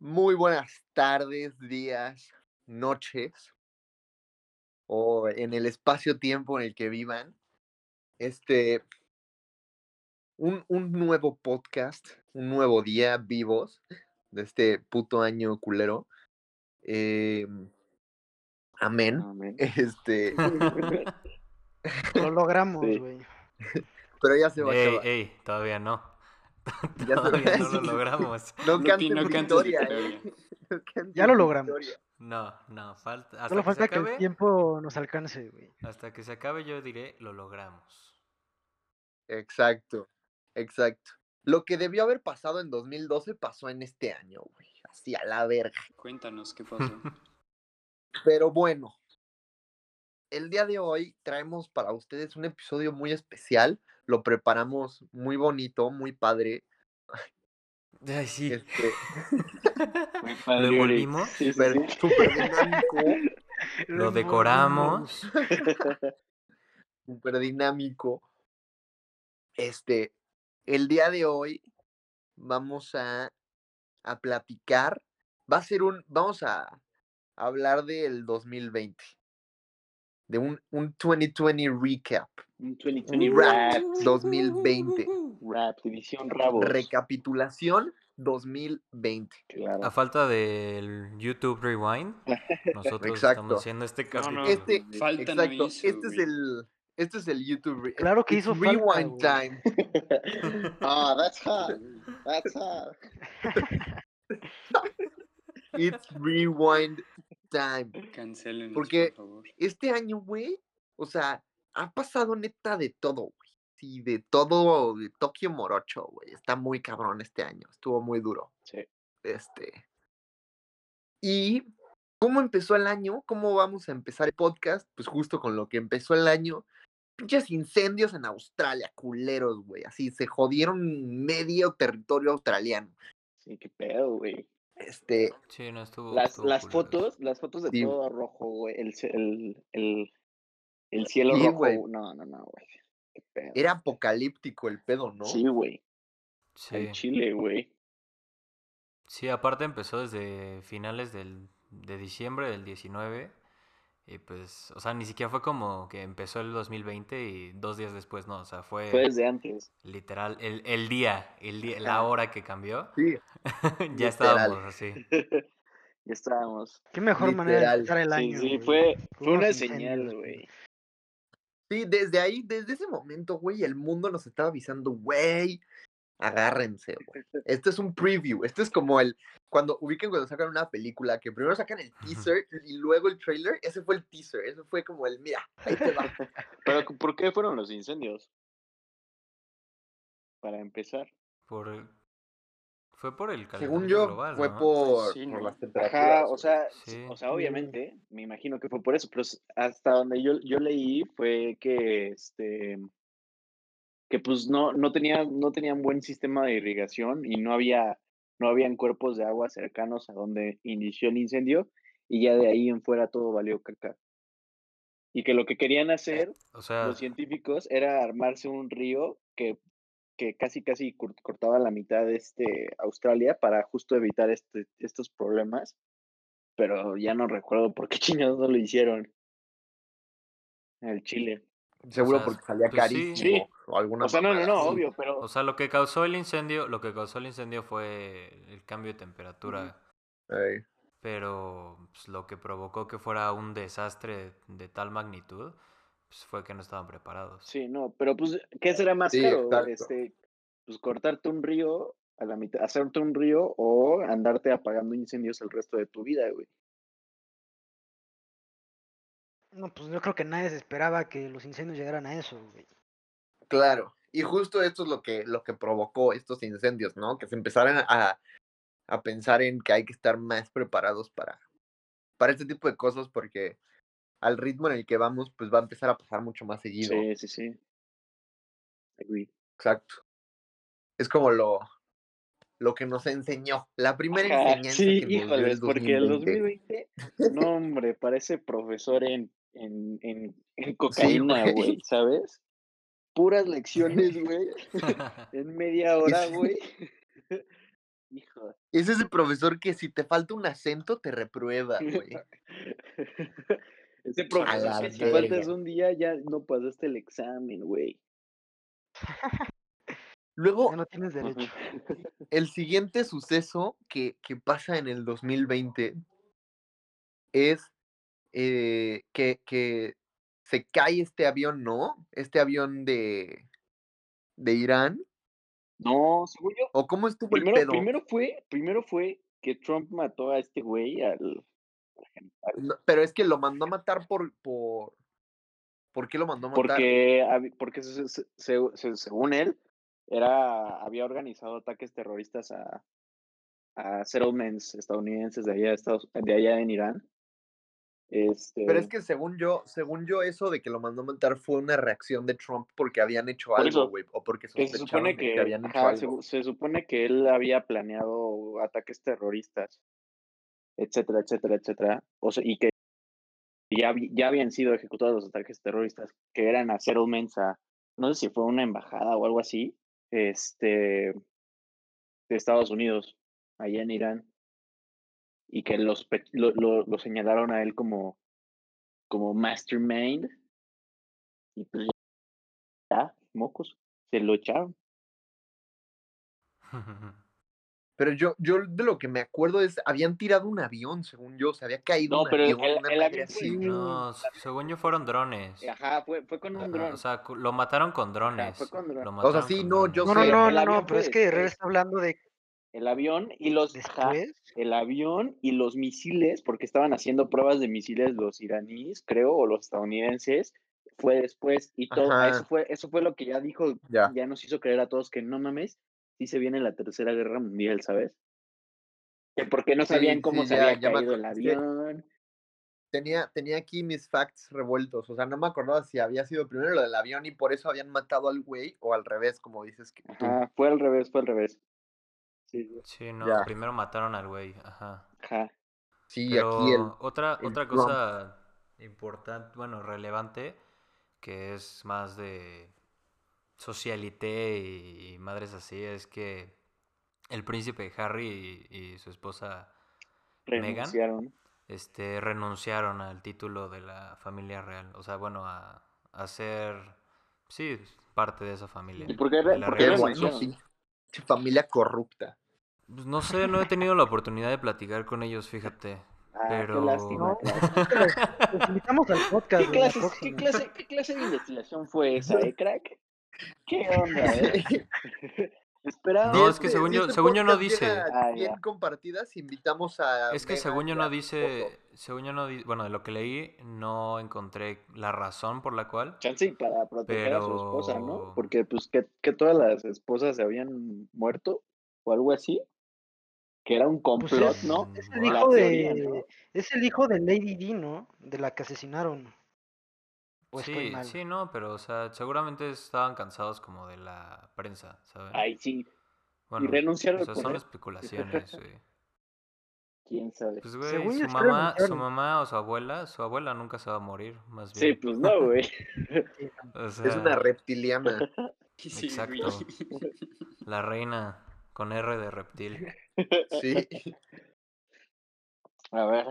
buenas tardes, días, noches o en el espacio-tiempo en el que vivan. Este, un, un nuevo podcast, un nuevo día vivos de este puto año culero. Eh, amén. Amén. Este, Lo logramos, Sí. güey. pero ya se va a Ey, acabar. ey, todavía no. Ya se va- Todavía no lo logramos. No Luti, cantes no cantes victoria, victoria. eh. No cantes Ya lo logramos. victoria. No, no, falta. Hasta Solo que falta se que el acabe. tiempo nos alcance, güey. Hasta que se acabe, yo diré, lo logramos. Exacto, exacto. Lo que debió haber pasado en 2012 pasó en este año, güey. Así a la verga. Cuéntanos qué pasó. Pero bueno, el día de hoy traemos para ustedes un episodio muy especial. Lo preparamos muy bonito, muy padre. Ay, sí. Este, Muy Lo padre, Uri. envolvimos, Sí, sí, súper sí. súper dinámico, lo decoramos. súper dinámico. Este, el día de hoy vamos a, a platicar. Va a ser un, vamos a hablar del 2020. De un, un 2020 recap. Un 2020 Rap rap. 2020. Rap, división rabos. Recapitulación 2020. Claro. A falta del YouTube Rewind, nosotros Exacto. estamos haciendo este No, no, capítulo. Este- falta no Exacto. hizo, este es güey. el. Este es el YouTube. re- Claro que it's hizo falta, Rewind güey. time. Ah, that's hot. That's hot. It's rewind time. Cancelen. Porque- Por favor. Este año, güey. O sea, ha pasado neta de todo, güey. Sí, de todo. De Tokio Morocho, güey. Está muy cabrón este año. Estuvo muy duro. Sí. Este. Y. ¿Cómo empezó el año? ¿Cómo vamos a empezar el podcast? Pues justo con lo que empezó el año. Pinches incendios en Australia, culeros, güey. Así se jodieron medio territorio australiano. Sí, qué pedo, güey. Este, Sí, no estuvo. Las, estuvo las culero. fotos, las fotos de Sí. todo rojo, güey. El, ce- el, el, el cielo Sí, rojo. güey. güey. No, no, no, güey. Qué pedo. era apocalíptico el pedo, ¿no? Eh. Sí, güey. Sí. En Chile, güey. Sí, aparte empezó desde finales del, de diciembre del 19. Y pues, o sea, ni siquiera fue como que empezó el 2020 y dos días después, no. O sea, fue Fue desde antes. literal el, el día, el día, la Pues Ajá. hora que cambió. Sí, ya estábamos así. ya estábamos. Qué mejor manera de Literal. empezar el Sí, año. sí, güey. fue, fue unos una incendios, señal, güey. sí, desde ahí, desde ese momento, güey, el mundo nos estaba avisando, güey, agárrense, güey. Esto es un preview, esto es como el, cuando ubiquen cuando sacan una película, que primero sacan el Ujú. teaser y luego el trailer, ese fue el teaser, eso fue como el, mira, ahí te va. Pero, cu- ¿por qué fueron los incendios? Para empezar. Por, fue por el Según calentamiento yo, global, fue ¿no? por, Sí, por ¿no? las Ajá, temperaturas. o güey. sea, s- Sí. o sea, obviamente, me imagino que fue por eso, pero s- hasta donde yo, yo leí fue que este que pues no, no tenía, no tenían buen sistema de irrigación y no había, no habían cuerpos de agua cercanos a donde inició el incendio, y ya de ahí en fuera todo valió caca. Y que lo que querían hacer O sea, Ah. los científicos era armarse un río que, que casi casi cur- cortaba la mitad de este Australia para justo evitar este, estos problemas. Pero ya no recuerdo por qué chingados no lo hicieron. El Chile. Seguro sea, porque salía pues sí. carísimo. Sí. O alguna O sea, no, no, no, mamada así. obvio, pero o sea, lo que causó el incendio, lo que causó el incendio fue el cambio de temperatura. Ey, Pero pues, lo que provocó que fuera un desastre de tal magnitud pues, fue que no estaban preparados. sí, no, pero pues, ¿qué será más Eh, Sí, caro? exacto. Este, pues cortarte un río a la mitad, hacerte un río o andarte apagando incendios el resto de tu vida, güey. No, pues yo creo que nadie se esperaba que los incendios llegaran a eso, güey. Claro, y justo esto es lo que, lo que provocó estos incendios, ¿no? Que se empezaran a, a pensar en que hay que estar más preparados para, para este tipo de cosas, porque al ritmo en el que vamos, pues va a empezar a pasar mucho más seguido. Sí, sí, sí. Agree. Exacto. Es como lo, lo que nos enseñó, la primera Ajá, enseñanza sí, que nos dio híjoles, el porque el 2020. 2020, no hombre, parece profesor en, en, en, en cocaína, güey. güey, ¿sabes? Puras lecciones, güey, en media hora, sí. güey. Hijo. Es ese profesor que si te falta un acento te reprueba, güey. Ese la profesor que si verga. faltas un día ya no pasaste el examen, güey. Luego, Ya no tienes derecho. el siguiente suceso que, que pasa en el 2020 es eh, que, que se cae este avión, ¿no? Este avión de, de Irán. No, según yo, ¿O cómo estuvo el primero, pedo? primero fue, primero fue que Trump mató a este güey al, al- No, pero es que lo mandó a matar por... por... ¿Por qué lo mandó a matar? porque, hab- porque se- se- se- se- según él era había organizado ataques terroristas a, a settlements estadounidenses de allá de Estados- de allá en Irán. Este, Pero es que según yo, según yo, eso de que lo mandó a matar fue una reacción de Trump porque habían hecho Por algo, eso, güey. O porque que se sospechaban de supone que, que, habían hecho ajá, se, algo. se supone que él había planeado ataques terroristas, etcétera, etcétera, etcétera, o sea, y que ya, habi- ya habían sido ejecutados los ataques terroristas que eran a settlements a, no sé si fue una embajada o algo así, este, de Estados Unidos, allá en Irán, y que los, pe- lo, lo- lo señalaron a él como, como mastermind, y pues ya, mocos, se lo echaron. Pero yo, yo de lo que me acuerdo es, habían tirado un avión, según yo, se había caído No, un pero el- avión, el- una el madre avión fue- así. No, s- según yo fueron drones. Ajá, fue, fue con Ah, un dron. O sea, cu- lo mataron con drones. fue con dron- Lo O sea, mataron sí, con no, drones. yo No, sé, no, no, el no, avión no, pero es fue que Herrera después. está hablando de el avión y los ajá, después. el avión y los misiles, porque estaban haciendo pruebas de misiles los iraníes, creo, o los estadounidenses, fue después y todo, Ajá. eso fue, eso fue lo que ya dijo, Ya. ya nos hizo creer a todos que no mames, si se viene la tercera guerra mundial, ¿sabes? Que porque no Sí, sabían cómo sí, se ya- había ya me caído el acuerdo, es que- avión. Tenía, tenía aquí mis facts revueltos, o sea, no me acordaba si había sido primero lo del avión y por eso habían matado al güey o al revés, como dices que tú. Ajá, fue al revés, fue al revés. Sí, Sí, no, Ya. primero mataron al güey. Ajá. ajá. Sí, Pero aquí el... otra, el otra Trump. cosa importante, bueno, relevante, que es más de socialité y, y madres así, es que el príncipe Harry y, y su esposa Meghan. Renunciaron. este, renunciaron al título de la familia real. O sea, bueno, a, a ser, sí, parte de esa familia. ¿Y por qué, de re- la por qué Qué real bueno, familia. renunciaron? sí. Che, Familia corrupta. Pues no sé, no he tenido la oportunidad de platicar con ellos, fíjate. Ah, Pero- qué lástima. No, Los invitamos al podcast. ¿Qué güey, la clase, qué, próxima. clase, ¿Qué clase de investigación fue esa, eh, crack? ¿Qué onda, eh? Esperaba. No, Si es que este- según si yo- este según yo no podcast llega dice. a Ah, ya. 100 compartidas, invitamos a. Es que Megan según yo y no a su esposo. dice, según yo no di- bueno, de lo que leí no encontré la razón por la cual. Chance y para proteger a su esposa, Pero- ¿no? Porque, pues, que, que todas las esposas se habían muerto o algo así. Que era un Pues complot, es, ¿no? es Bueno, el la hijo teoría, de. ¿no? Es el hijo de Lady D, ¿no? De la que asesinaron. O estoy Sí, mal. sí, no, pero o sea, seguramente estaban cansados como de la prensa, ¿saben? Ay, sí. Bueno, renunciar al o sea, son poder. especulaciones, güey. ¿Quién sabe? Pues, güey, Según su yo sí mamá, su renunciaron. mamá o su abuela, su abuela nunca se va a morir, más Sí, bien. pues no, güey. O Es una sea, reptiliana. güey. Exacto. la reina con R de reptil. Sí. Ah. A ver.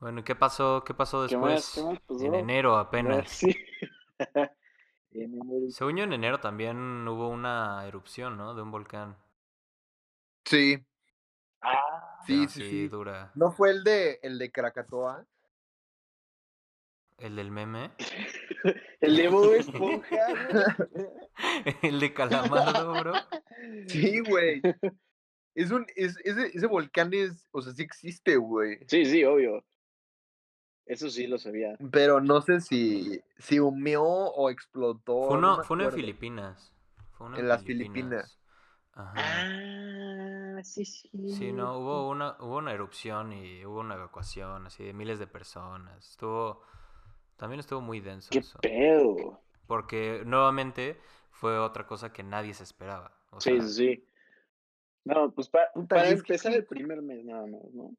Bueno, ¿y ¿qué pasó? ¿Qué pasó ¿Qué más? después? ¿Qué más pasó? Pues, En enero Ah, apenas. Sí. En enero. Según yo, en enero también hubo una erupción, ¿no? De un volcán. Sí. Ah, Sí, pero sí, así sí. dura. ¿No fue el de el de Krakatoa? ¿El del meme? el de Bob Esponja. güey. ¿El de Calamardo, bro? Sí, güey. Es un, es, ese, ese volcán es, o sea, sí existe, güey. Sí, sí, obvio. Eso sí lo sabía. Pero no sé si, si humeó o explotó. Fue, Oh, no uno, me fue uno en acuerdo. Filipinas. Fue uno En las Filipinas. Ajá. Ah, sí, sí. Sí, no, hubo una, hubo una erupción y hubo una evacuación así de miles de personas. Estuvo, también estuvo muy denso Qué eso. pedo. Porque nuevamente fue otra cosa que nadie se esperaba. O Sí, sea, sí, sí. No, pues pa- Puta, para y es que empezar sí. el primer mes nada más, ¿no?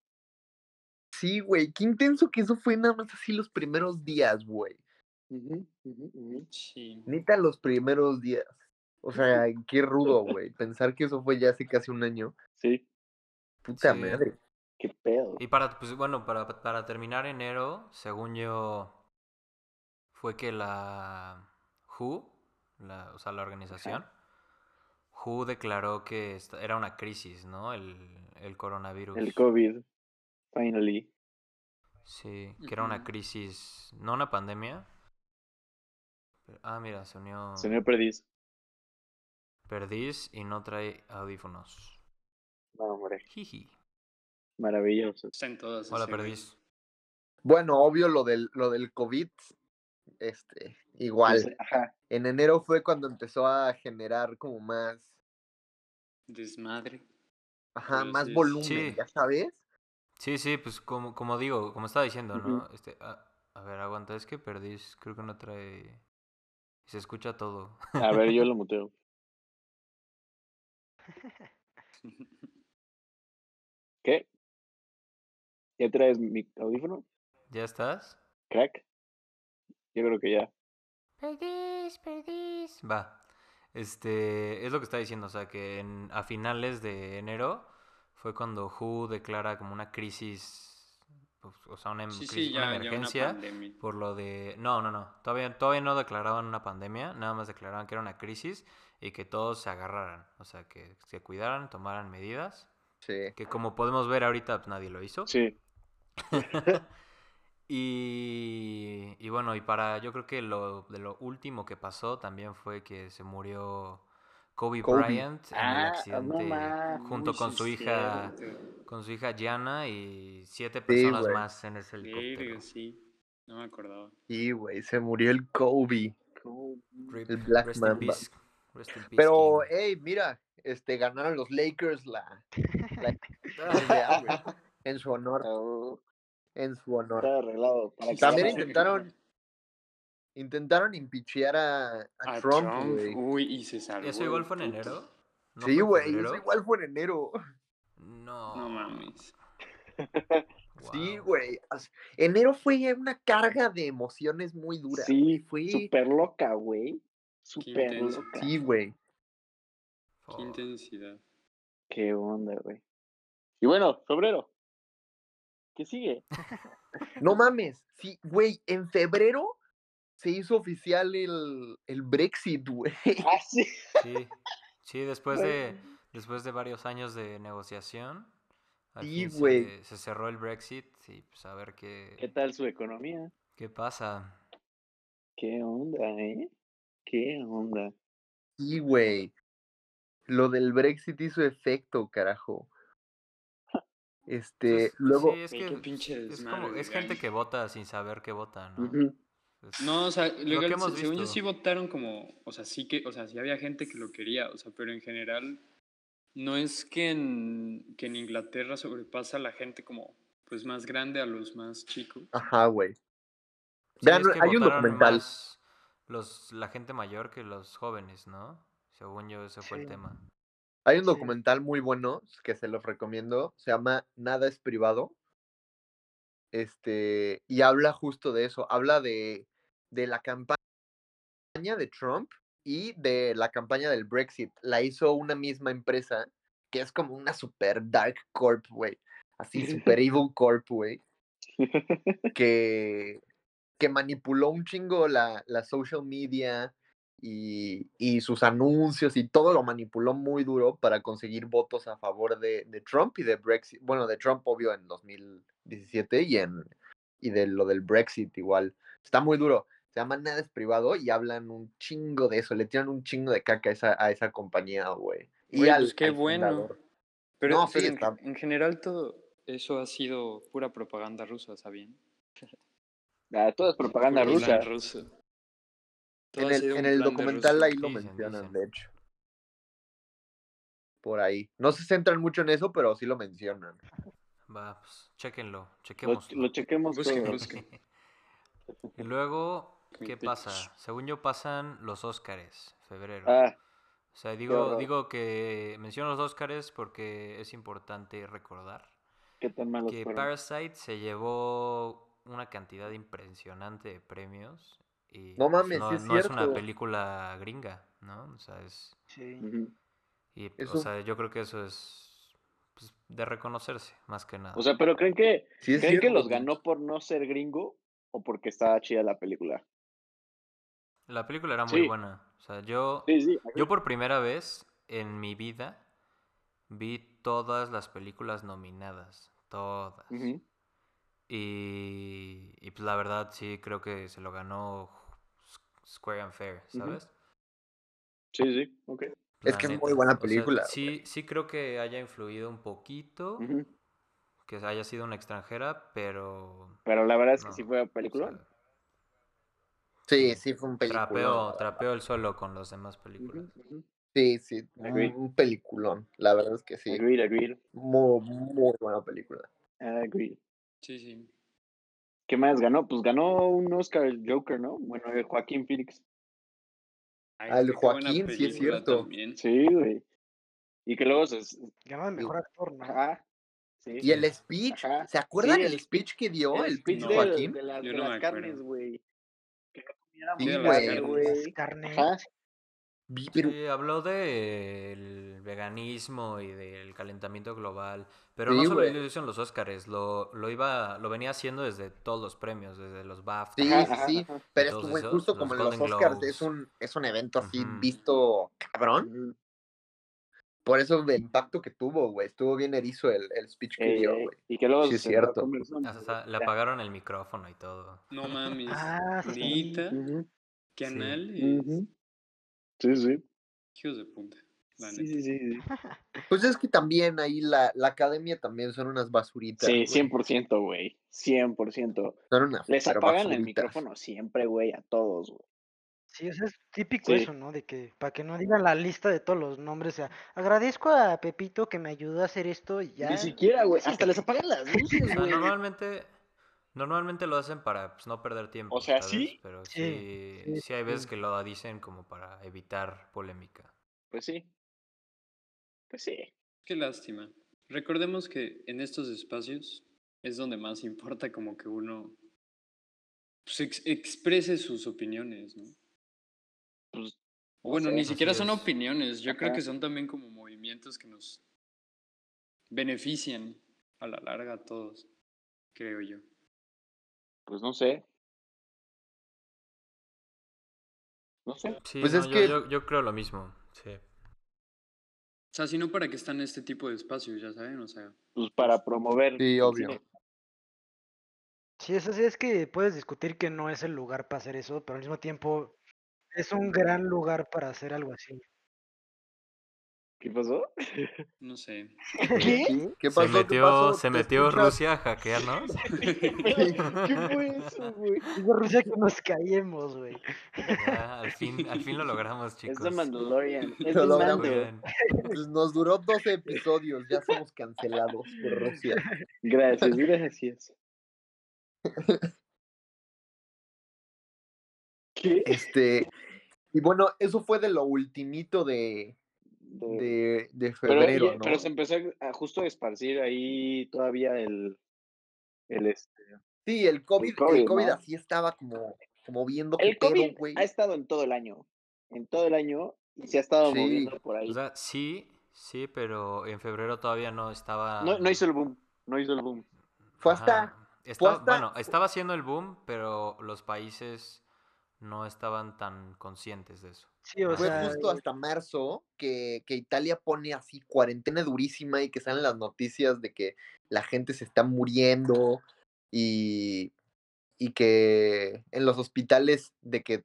Sí, güey. Qué intenso que eso fue nada más así los primeros días, güey. Ujú, ujú, ujú. Neta, los primeros días. O sea, qué rudo, güey. Pensar que eso fue ya hace casi un año. Sí. Puta Sí. madre. Qué pedo. Y para, pues, bueno, para, para terminar enero, según yo, fue que la WHO, la, o sea, la organización, WHO declaró que esta- era una crisis, ¿no? El, el coronavirus. El COVID. Finally. Sí, que era una Ujú. crisis, no una pandemia. Pero- Ah, mira, se unió Señor Perdiz. Perdiz y no trae audífonos. No, hombre. Jiji. Maravilloso. Está en todas. Hola, ese güey. Perdiz. Bueno, obvio lo del, lo del COVID. Este, igual. Entonces, Ajá. En enero fue cuando empezó a generar como más, Desmadre. ajá, Pues más es- volumen, Sí. ya sabes. Sí, sí, pues como, como digo, como estaba diciendo, Ujú. ¿no? Este, a, a ver, aguanta, es que Perdiz creo que no trae... Se escucha todo. A ver, yo lo muteo. ¿Qué? ¿Ya traes mi audífono? ¿Ya estás? ¿Crack? Yo creo que ya. Perdiz, Perdiz. Va. Este, es lo que está diciendo, o sea, que en- a finales de enero fue cuando WHO declara como una crisis, pues, o sea, una, em- Sí, crisis- sí, ya, una ya una emergencia. Pues, pandemia. por lo de... No, no, no. Todavía, todavía no declaraban una pandemia, nada más declaraban que era una crisis y que todos se agarraran. O sea, que se cuidaran, tomaran medidas. Sí. Que como podemos ver ahorita, pues, nadie lo hizo. Sí. y, y bueno, y para... Yo creo que lo, de lo último que pasó también fue que se murió Kobe, Kobe. Bryant en el Ah, no accidente más. junto Uy, con sí su es hija... cierto. Con su hija Yana y siete personas güey. más en ese helicóptero. Verga, sí. No me acordaba. Sí, güey, se murió el Kobe, Rip, el Black rest in Mamba. peace, rest in peace, Ah, Pero, King. hey, mira, este, ganaron los Lakers la, la NBA, güey, en su honor, Oh, en su honor. Está arreglado. para que También gane. intentaron, intentaron impichear a, a A Trump, Trump, güey. Uy, y se salvó. ¿Eso igual fue en puto. enero? ¿No fue Sí, en güey, febrero? eso igual fue en enero. No. No mames. Sí, guau. güey. as- Enero fue una carga de emociones muy dura. Sí, fue. Súper loca, güey. Súper intenso. loca. Sí, güey. Qué Fuck. intensidad. Qué onda, güey. Y bueno, febrero. ¿Qué sigue? No mames. Sí, güey, en febrero se hizo oficial el, el Brexit, güey. Ah, sí. Sí, sí, después de, después de varios años de negociación, al Sí, fin se- güey. se, cerró el Brexit y pues a ver qué, ¿Qué tal su economía? qué pasa. ¿Qué onda, eh? ¿Qué onda? Sí, güey. Lo del Brexit hizo efecto, carajo. Este, Pues, luego. sí, es, Güey, que qué pinche es, como, desmadre, es gente güey. que vota sin saber que vota, ¿no? Ujú. Es- No, o sea, Lo que legal, hemos se- según yo visto. sí votaron como, o sea, sí que, o sea, sí había gente que lo quería, o sea, pero en general no es que en, que en Inglaterra sobrepasa a la gente como, pues, más grande a los más chicos. Ajá, güey. Sí, Vean, es que hay un votaron documental. más los, la gente mayor que los jóvenes, ¿no? Según yo, ese fue el Sí. tema. Hay un Sí. documental muy bueno que se los recomiendo, se llama Nada es privado. Este, y habla justo de eso, habla de, de la campaña de Trump y de la campaña del Brexit. La hizo una misma empresa que es como una super dark corp, güey. Así super evil corp, güey, que, que manipuló un chingo la, la social media y, y sus anuncios y todo lo manipuló muy duro para conseguir votos a favor de, de Trump y de Brexit. Bueno, de Trump, obvio, en 2017 y, en, y de lo del Brexit igual. Está muy duro. Se llama Nada es privado y hablan un chingo de eso. Le tiran un chingo de caca a esa, a esa compañía, güey. Y Güey, al- pues qué al bueno. fundador. Pero, No, sí, pero en, está- en general todo eso ha sido pura propaganda rusa, ¿sabían? Ah, todo es propaganda Puro rusa. plan ruso. Todo En ha el, sido en un el plan de documental ruso. ahí lo Dicen, mencionan, dicen. de hecho. Por ahí. No se centran mucho en eso, pero sí lo mencionan. Va, pues, chequenlo, Lo, chequemos. lo chequemos Pues Busquen, todo. busquen. Y luego, ¿qué Critique. pasa? Según yo pasan los Óscares, febrero. Ah, o sea, digo, horror. digo que menciono los Óscares porque es importante recordar qué tan malos que fueron. Parasite se llevó una cantidad impresionante de premios y No pues, mames, sí no, es no es una cierto. película gringa, ¿no? O sea, es Sí. Ujú. Y, Es o un- sea, yo creo que eso es pues, de reconocerse, más que nada. O sea, pero ¿creen que, Sí, es ¿creen que cierto, los ganó por no ser gringo o porque estaba chida la película? la película era muy sí. buena. O sea, yo, Sí, sí. yo por primera vez en mi vida vi todas las películas nominadas. Todas. Ujú. Y, y pues la verdad sí creo que se lo ganó s- Square and Fair, Ujú. ¿sabes? Sí, sí, ok. Es La que es muy neta. buena O sea, película, sí, sí creo que haya influido un poquito, Ujú. que haya sido una extranjera, pero... Pero la verdad es que No, sí fue o película. sea, Sí, sí, fue un peliculón. Trapeó, trapeó el suelo con las demás películas. Sí, sí, Agree. un, un peliculón. La verdad es que sí. Agreed, agreed, Muy, muy buena película. agreed. Sí, sí. ah, ¿Qué más ganó? Pues ganó un Oscar el Joker, ¿no? Bueno, el Joaquín Phoenix. Ay, Al es que Este, qué buena Joaquín, sí es película cierto. también. Sí, güey. Y que luego se... Ganó el mejor actor, ¿no? Ajá. Sí. Y el speech, Ajá. ¿se acuerdan Sí, el, el- speech que dio el, el speech pinche no. del- Joaquín? de las, Yo de no me las acuerdo. carnes, güey. Que no comiéramos Sí, carne, güey. Las güey. carnes. Ajá. Vi, pero Sí, habló del veganismo y del calentamiento global, pero Sí, no solo güey. lo hizo en los Óscares, lo, lo iba, lo venía haciendo desde todos los premios, desde los BAFTA. Sí, Ajá, sí, ajá, sí. ajá. y Pero es que, todos güey, esos, justo los como en los Golden Oscars Globes. es un, es un evento así Ujú. visto cabrón. Ujú. Por eso el impacto que tuvo, güey. Estuvo bien erizo el, el speech que Ey, dio, ey, güey. Eh, y que luego Sí, se es sentó a cierto. comer sándwich, Ah, Hasta güey. le apagaron el micrófono y todo. No mames. Ah, sí. Nita, Ujú, qué Sí. anales. ujú. Sí, sí. Hijos de punta. La Sí, neta. sí, sí, sí. Pues es que también ahí la, la academia también son unas basuritas, Sí, güey. 100%, güey. 100%. Son unas Les pero apagan el basuritas. micrófono siempre, güey, a todos, güey. Sí, o sea, es típico Sí. eso, ¿no? De que para que no digan la lista de todos los nombres, o sea, agradezco a Pepito que me ayudó a hacer esto y ya. Ni siquiera, güey. Hasta les apagan las O luces, sea, güey. normalmente, normalmente lo hacen para pues, no perder tiempo, O sea, ¿sabes? sí. Pero Sí, sí, sí, sí hay sí. veces que lo dicen como para evitar polémica. Pues sí. Pues sí. Qué lástima. Recordemos que en estos espacios es donde más importa como que uno pues, ex- exprese sus opiniones, ¿no? Pues, O bueno, sé, ni así siquiera son es. opiniones, yo creo Ajá. que son también como movimientos que nos benefician a la larga a todos, creo yo. pues no sé. No sé. Sí, Pues no, es yo, que- yo, yo creo lo mismo. Sí. O sea, si no, ¿para qué están este tipo de espacios, ya saben? O sea, Pues para promover. Sí, el obvio. cine. Sí, es así, es que puedes discutir que no es el lugar para hacer eso, pero al mismo tiempo es un gran lugar para hacer algo así. ¿Qué pasó? no sé. ¿Qué? ¿Qué Se pasó? ¿Qué pasó? metió, se ¿Te metió escuchas? Rusia a hackearnos. ¿Qué fue eso, güey? Digo, Rusia, que nos caemos, güey. Ya, al fin, al fin lo logramos, Es chicos. The Mandalorian. Es Lo The logramos. Mando. Oigan, Pues nos duró 12 episodios, ya somos cancelados por Rusia. Gracias, gracias. ¿Qué? Este, y bueno, eso fue de lo ultimito de, De- de, de pero, febrero, ya- ¿no? pero se empezó a, justo a esparcir ahí todavía el... el este. Sí, el COVID, el COVID, COVID, ¿no? así estaba como, como viendo El qué pedo, COVID güey. ha estado en todo el año. En todo el año. Y se ha estado Sí. moviendo por ahí. o sea, sí, sí, pero en febrero todavía no estaba. no, no hizo el boom. No hizo el boom. Fue hasta- Estaba- hasta- Bueno, estaba haciendo el boom, pero los países no estaban tan conscientes de eso. Sí, o Nada. Fue sea, justo hasta marzo que, que Italia pone así cuarentena durísima y que salen las noticias de que la gente se está muriendo y, y que en los hospitales de que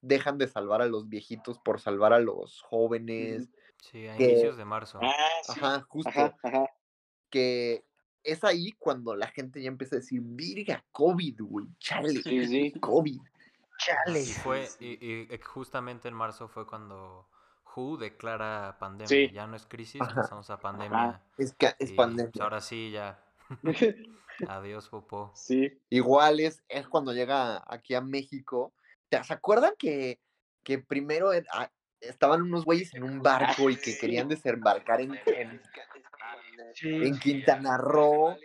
dejan de salvar a los viejitos por salvar a los jóvenes. Sí, a Que- inicios de marzo. Ah, sí. Ajá, justo. Ajá, ajá. Que es ahí cuando la gente ya empieza a decir, virga, COVID, güey, chale, Sí, sí. COVID. chale. Y Sí, fue, sí. y, y justamente en marzo fue cuando WHO declara pandemia. Sí. Ya no es crisis, Ajá. pasamos a pandemia. Es, que es Y, pandemia. pues, ahora sí, ya. Adiós, Popó. sí. Igual es, es cuando llega aquí a México. ¿Te- ¿Se acuerdan que, que primero en- a- estaban unos güeyes en un barco y que sí. querían desembarcar en, en- Sí, en Quintana Roo? Oigan,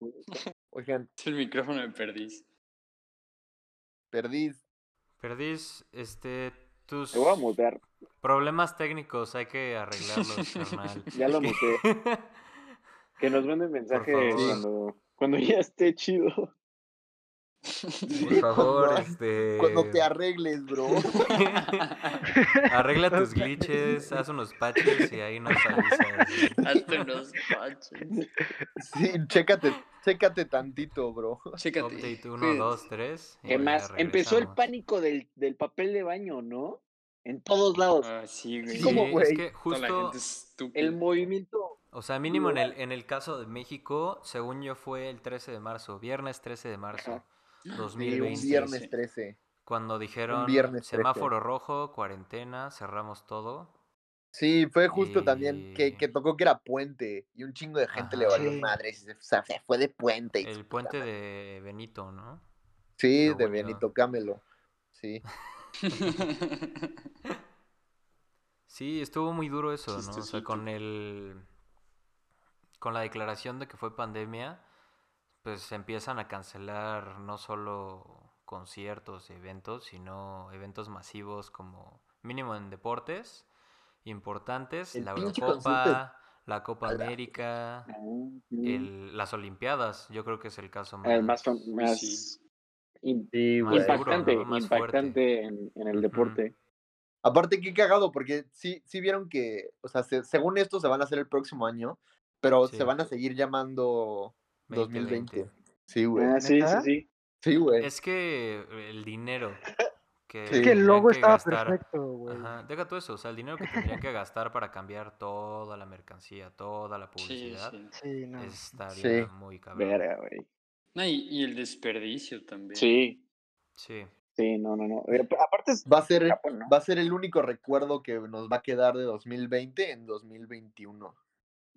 El micrófono me perdí. perdí. Perdiz, este, tus Te voy a mutear. problemas técnicos hay que arreglarlos, carnal. Ya lo muteé. Que nos manden mensajes favor. cuando, cuando ya esté chido. Por favor, Cuando- este... Cuando te arregles, bro. Arregla tus glitches, haz unos patches y ahí nos avisas. Hazte unos paches. Sí, chécate, chécate tantito, bro. Chécate. Update 1, cuídense. 2, 3. Que más, empezó el pánico del, del papel de baño, ¿no? En todos lados. Ah, sí, güey. Sí, Sí, ¿Cómo, es güey? que Toda la justo, gente es estúpida. El movimiento. o sea, mínimo en el, en el caso de México, según yo fue el 13 de marzo, viernes 13 de marzo, Sí, 2020. un viernes 13. Cuando dijeron viernes 13. semáforo rojo, cuarentena, cerramos todo. Sí, fue justo también que, que Y- tocó que era puente y un chingo de gente le Ajá. valió Sí. madre. Se, o sea, se fue de puente. y su El puta puente madre. de Benito, ¿no? Sí, Qué de bueno. Benito Camelo. Sí. Sí, estuvo muy duro eso, ¿no? O sea, Chistecito. con el... Con la declaración de que fue pandemia, pues empiezan a cancelar no solo conciertos, eventos, sino eventos masivos como mínimo en deportes importantes, El la pinche concierto de- Eurocopa, la Copa a la- América, ah, El, el- las Olimpiadas, yo creo que es el caso más... Ah, más, fam- Uy, más sí. im- Sí, Más duro, impactante, ¿no? Más impactante en, en el Ujú. deporte. Aparte, qué cagado, porque sí, sí vieron que, o sea, se- según esto se van a hacer el próximo año, pero Sí. se van a seguir llamando 2020. 2020. Sí, güey. Ah, sí, sí, ¿Neta? sí. Sí, güey. Es que el dinero que Es Es que el tendrían logo que estaba gastar- perfecto, güey. Ajá, deja todo eso, o sea, el dinero que tendrían que gastar para cambiar toda la mercancía, toda la Sí, publicidad, sí. Sí, no. Sí. estaría muy cabrón. Verga, güey. No, y, y el desperdicio también. Sí, Sí, sí, no, no, no. Eh, pero Aparte es Va a ser, Japón, ¿no? va a ser el único recuerdo que nos va a quedar de 2020 en 2021.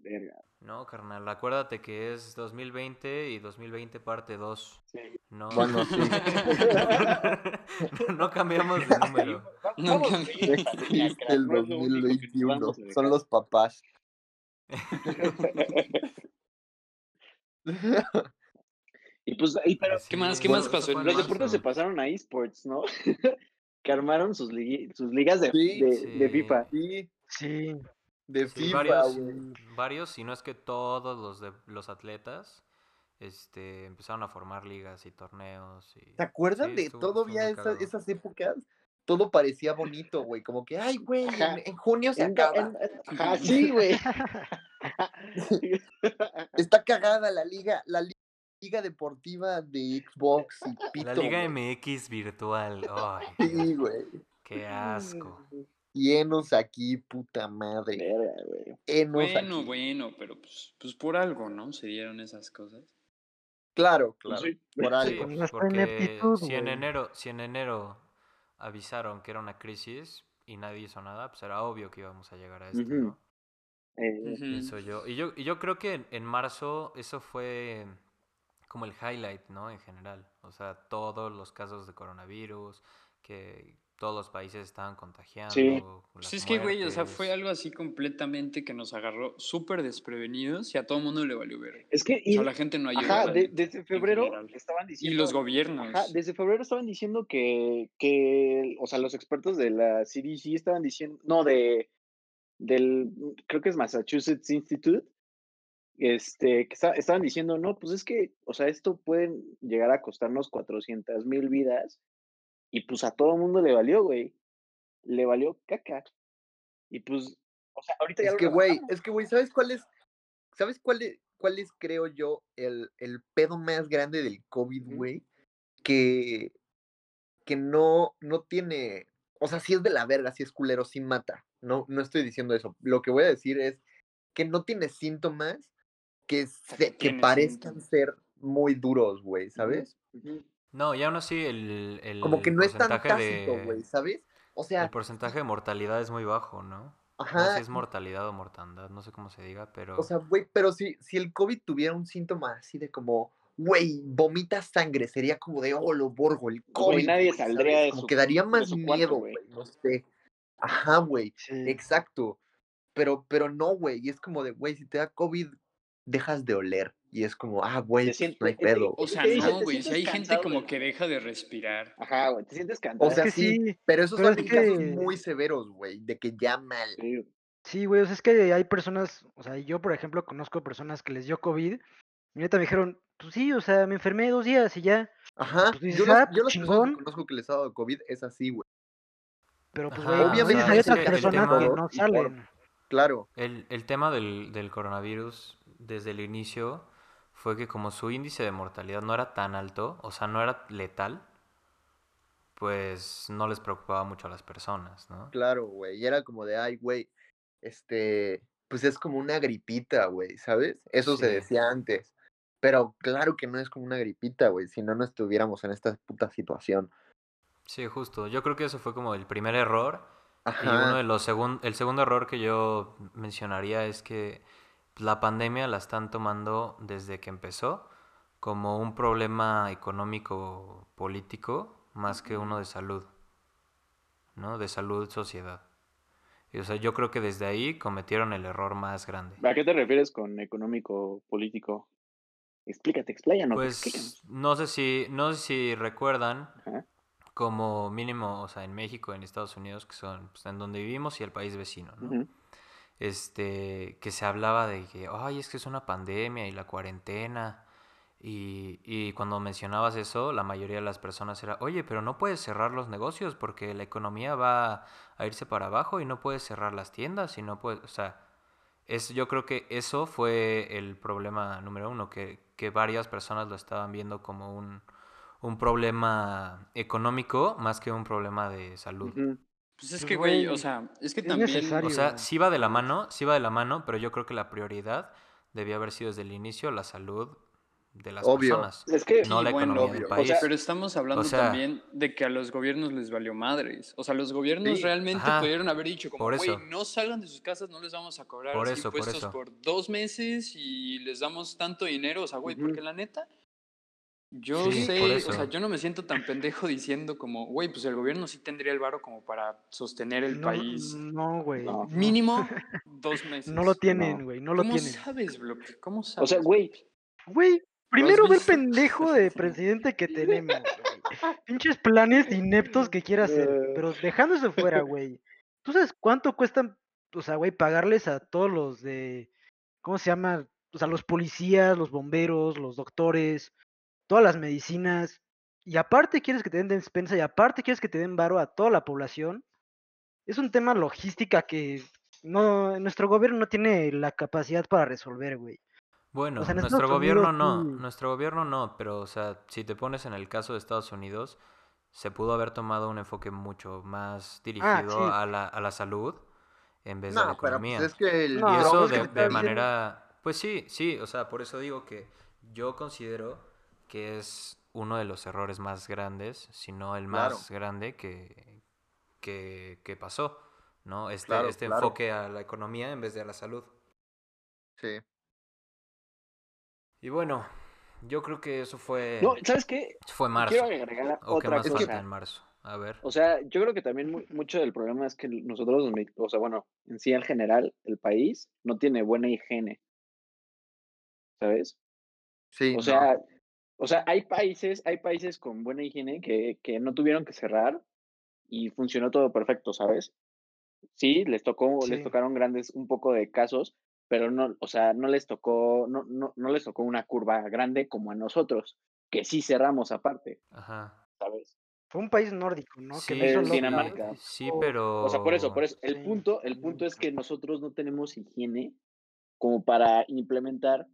Verga, no, carnal, acuérdate que es 2020 y 2020 parte 2, sí. ¿no? Bueno, sí. no, cambiamos de número. No, Vamos a no, seguir esta línea, Existe crack, el no es lo único que nos 2021. vamos a Son los papás. dejar. Y pues, y pero Pues ¿qué más- sí, qué más eso fue pasó en en los deportes se marzo. pasaron a esports, ¿no? que armaron sus, ligui- sus ligas de, Sí, de, sí. de FIFA. Sí, Sí, de Sí, FIFA, varios, güey. varios, si no es que todos los, de, los atletas este, empezaron a formar ligas y torneos. Y... ¿Se acuerdan Sí, de estuvo- estuvo todavía muy esa- cagado. esas épocas? Todo parecía bonito, güey. Como que, ay, güey, Ajá. en, en junio se En- acaba. en- en- ajá, sí, güey. Está cagada la liga, la li- liga deportiva de Xbox y Pito. La Liga güey. MX virtual. Ay, Sí, Dios, güey. qué asco. Y enos aquí, puta madre. Verga, güey. Enos Bueno, aquí. bueno, pero pues, pues por algo, ¿no? Se dieron esas cosas. Claro, claro. Sí. Por algo. Sí, Con nuestra porque ineptitud, si en güey. enero, si en enero avisaron que era una crisis y nadie hizo nada, pues era obvio que íbamos a llegar a esto, Ujú. ¿no? Eh, Ujú. Pienso yo. Y yo, y yo creo que en, en marzo eso fue como el highlight, ¿no? En general. O sea, todos los casos de coronavirus, que todos los países estaban contagiando. Pues las es que, güey, o sea, fue muertes. algo así completamente que nos agarró súper desprevenidos y a todo mundo le valió ver. es que, O y- sea, la gente no ayudó. ajá, la de- neta, desde en febrero general. estaban Y diciendo. los gobiernos. Ajá, desde febrero estaban diciendo que, que, o sea, los expertos de la CDC estaban diciendo, no, de, del, creo que es Massachusetts Institute, este, que esta- estaban diciendo, no, pues es que, o sea, esto puede llegar a costarnos 400 mil vidas y pues a todo mundo le valió, güey, le valió caca. Y pues, o sea, ahorita ya Es lo que, güey, rebajamos. es que, güey, ¿sabes cuál es? ¿Sabes cuál es, cuál es creo yo, el, el pedo más grande del COVID, Ujú. güey? Que, que no, no tiene. O sea, si es de la verga, si es culero, si mata. No, no estoy diciendo eso. Lo que voy a decir es que no tiene síntomas que, sea, se- que que tiene parezcan síntomas. ser muy duros, güey, ¿sabes? Ujú. No, y aún así el, el Como que no es tan porcentaje tácito, de... güey, ¿sabes? O sea, El porcentaje de mortalidad es muy bajo, ¿no? No sé ajá, si es mortalidad o mortandad, no sé cómo se diga, pero... O sea, güey, pero si, si el COVID tuviera un síntoma así de como, güey, vomita sangre, sería como de, oh, lo borgo, el COVID. nadie güey", saldría ¿sabes? de Como su- que daría de más su cuarto, miedo, güey. güey, no sé. Ajá, güey, sí. exacto. Pero, pero no, güey, y es como de, güey, si te da COVID, dejas de oler. y es como, ah, güey, Te pues, sientes- no hay es "Oh, que- pedo. O sea, Te no, sientes güey. Si hay gente cansado, como güey. que deja de respirar. Ajá, güey, te sientes cansado. O sea, que sí, sí, Pero esos Pero son es casos que- muy severos, güey, de que ya mal. Sí, Sí, güey, o sea, es que hay personas, o sea, yo por ejemplo conozco personas que les dio COVID y neta me dijeron, pues sí, o sea, me enfermé dos días y ya, Ajá. Pues dices, Yo, las, ah, yo las personas chingón. que conozco que les ha dado COVID es así, güey. pero pues Ajá, güey, obviamente, obviamente o hay sea, otras es que el personas tema- que no y por- salen. Claro. El, el tema del, del coronavirus desde el inicio fue que como su índice de mortalidad no era tan alto, o sea, no era letal, pues no les preocupaba mucho a las personas, ¿no? Claro, güey. Y era como de, ay, güey, este, pues es como una gripita, güey, ¿sabes? Eso se Sí. decía antes. Pero claro que no es como una gripita, güey, si no, no estuviéramos en esta puta situación. Sí, justo. Yo creo que eso fue como el primer error. Y uno Ajá. de los segun- el segundo error que yo mencionaría es que la pandemia la están tomando desde que empezó como un problema económico político más que uno de salud, ¿no? De salud sociedad. Y, o sea, yo creo que desde ahí cometieron el error más grande. ¿A qué te refieres con económico, político? Explícate, expláyanos. explícanos. Pues no sé si no sé si recuerdan Ajá. como mínimo, o sea, en México, en Estados Unidos, que son pues, en donde vivimos y el país vecino, Pues, ¿no? Ujú. este, que se hablaba de que, ay, es que es una pandemia y la cuarentena. Y, y cuando mencionabas eso, la mayoría de las personas era, oye, pero no puedes cerrar los negocios porque la economía va a irse para abajo y no puedes cerrar las tiendas y no puedes, o sea, es, yo creo que eso fue el problema número uno, que, que varias personas lo estaban viendo como un, un problema económico más que un problema de salud. Ujú. Pues es Pues, que, güey, o güey, sea, es que es también. O necesario. sea, güey. sí va de la mano, sí va de la mano, pero yo creo que la prioridad debía haber sido desde el inicio la salud de las Obvio. personas, Es que, no Sí, la bueno, economía obvio. del O país. sea, Pero estamos hablando O sea- también de que a los gobiernos les valió madres. O sea, los gobiernos Sí, realmente ajá, pudieron haber dicho como, por güey, eso. no salgan de sus casas, no les vamos a cobrar Por así eso, por impuestos por, eso. dos meses y les damos tanto dinero. O sea, güey, Ujú. porque la neta, yo Sí, sé, por o eso. sea, yo no me siento tan pendejo diciendo como, güey, pues el gobierno sí tendría el varo como para sostener el No, país no, güey. No, No. mínimo dos meses. lo tienen, No. güey, no lo ¿Cómo tienen. sabes, bloque? ¿Cómo sabes? O sea, güey, Güey, primero ve el visto? pendejo de presidente que tenemos. güey. Pinches planes ineptos que quiere hacer. Eh. Pero dejando eso fuera, güey. ¿Tú sabes cuánto cuestan, o sea, güey, pagarles a todos los de. ¿Cómo se llama? O sea, los policías, los bomberos, los doctores, todas las medicinas. Y aparte quieres que te den despensa y aparte quieres que te den varo a toda la población. Es un tema logística que no, nuestro gobierno no tiene la capacidad para resolver, güey. Bueno, en nuestro Estados gobierno Unidos no, sí. nuestro gobierno no, pero o sea, si te pones en el caso de Estados Unidos, se pudo haber tomado un enfoque mucho más dirigido sí. a la, a la salud en vez de la No, pero economía. pues es que el Y No, eso problema es pues que te de, de está diciendo. manera... Pues sí, sí, o sea, por eso digo que yo considero que es uno de los errores más grandes, si no el Claro. más grande que, que, que pasó, ¿no? Este, Claro, este claro. enfoque a la economía en vez de a la salud. Sí. Y bueno, yo creo que eso fue, no, ¿sabes qué? fue marzo. Quiero agregar ¿O qué otra más Es que- falta cosa. en marzo? A ver. O sea, yo creo que también mu- mucho del problema es que nosotros, los mex- o sea, bueno, en sí en general, el país no tiene buena higiene, ¿sabes? Sí, O no. sea, o sea, hay países, hay países con buena higiene que, que no tuvieron que cerrar y funcionó todo perfecto, ¿sabes? Sí, les tocó, les Sí. tocaron grandes un poco de casos, pero no, o sea, no les tocó, no, no, no les tocó una curva grande como a nosotros, que sí cerramos aparte, Ajá. ¿sabes? Fue un país nórdico, ¿no? Sí, no hizo Eh, lockdown, Dinamarca. Sí, o- pero... O sea, por eso, por eso, el Sí, punto, el sí, punto es mucho. que nosotros no tenemos higiene como para implementar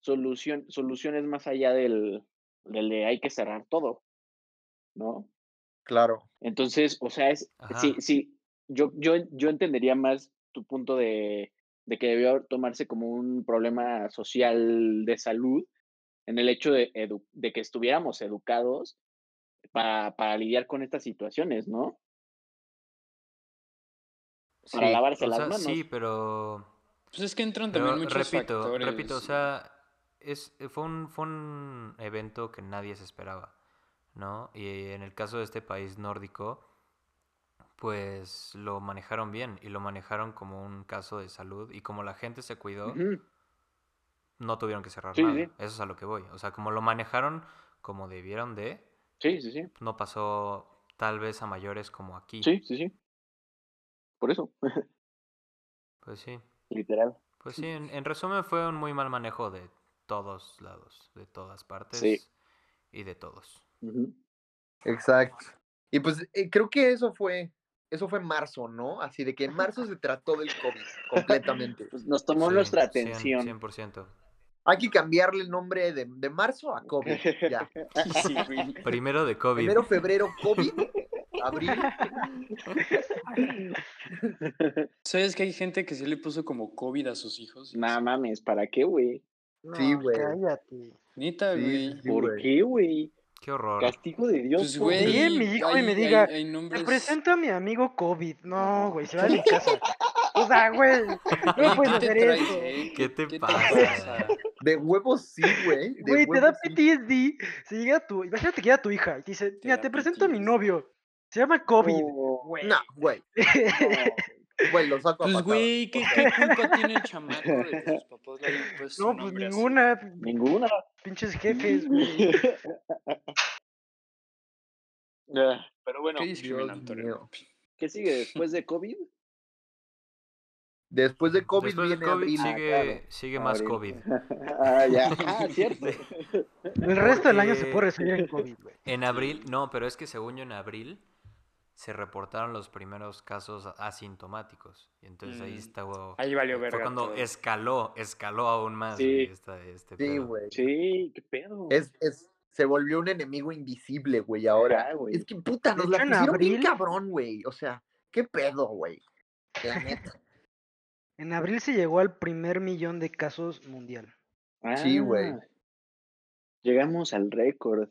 solución, soluciones más allá del, del de hay que cerrar todo, ¿no? Claro. Entonces, o sea, es, sí, Ajá. sí, yo, yo, yo entendería más tu punto de, de que debió tomarse como un problema social de salud en el hecho de, edu- de que estuviéramos educados para, para lidiar con estas situaciones, ¿no? Para Sí. lavarse O las sea, manos. sí, pero... Pues es que entran Pero también muchos repito, factores. repito, o sea, es, eh, fue, un, fue un evento que nadie se esperaba, ¿no? Y en el caso de este país nórdico, pues lo manejaron bien y lo manejaron como un caso de salud y como la gente se cuidó, Ujú. no tuvieron que cerrar Sí, nada. sí. Eso es a lo que voy. O sea, como lo manejaron como debieron de, Sí, sí, sí. no pasó tal vez a mayores como aquí. Sí, sí, sí. Por eso, Pues sí. literal. Pues sí, en, en resumen fue un muy mal manejo de todos lados, de todas partes y de todos. Ujú. Exacto. Y pues eh, creo que eso fue, eso fue en marzo, ¿no? Así de que en marzo se trató del COVID completamente. Pues nos tomó Sí, nuestra 100, atención. 100%. Hay que cambiarle el nombre de, de marzo a COVID. Ya. Sí, güey. Primero de COVID. Primero, febrero, COVID. Abril. ¿Sabes que hay gente que sí le puso como COVID a sus hijos? Nah, mames, ¿para qué, güey? Sí, No, güey. Cállate. Neta, Sí, sí, güey. sí. ¿Por güey. qué, güey? Qué horror. Castigo de Dios. Pues, por- güey. Bien, mi hijo, y me hay- diga, hay- hay nombres- Les presento a mi amigo COVID. No, güey, se va de mi casa. O sea, güey, no Güey, puedes ¿qué te hacer traes, eso. eh? ¿Qué te pasa? De huevos sí, güey. de Güey, te da huevos sí. PTSD. Si llega tu, imagínate que llega tu hija y te dice, mira, da te presento a mi PTSD. novio. Se llama COVID. No, Güey. No, güey. Güey, lo saco a Pues, patadas. güey, ¿qué, qué culpa tiene el chamaco de que sus papás le hayan puesto No, un pues nombre así? ninguna, ninguna. pinches jefes, güey. Ah, Pero bueno, Qué Dios discriminatorio. mío. ¿qué sigue después de COVID? Después de COVID Después del viene COVID abril. sí. sigue, claro. sigue más Abril. COVID. Ah, ya. Ah, cierto. El resto del año se Porque- puede recibir en COVID, güey. En abril, no, pero es que según yo en abril se reportaron los primeros casos asintomáticos. Y entonces ahí Mm. está. wow, Ahí valió Fue verga cuando todo. escaló, escaló aún más Sí. güey, esta- este Sí, pedo. güey. Sí, qué pedo. Es, es, se volvió un enemigo invisible, güey, ahora. Ah, güey. Es que puta, De nos la hecho, en pusieron bien abril- cabrón, güey. O sea, qué pedo, güey. La neta. En abril se llegó al primer millón de casos mundial. Sí, güey. Ah, Llegamos al récord.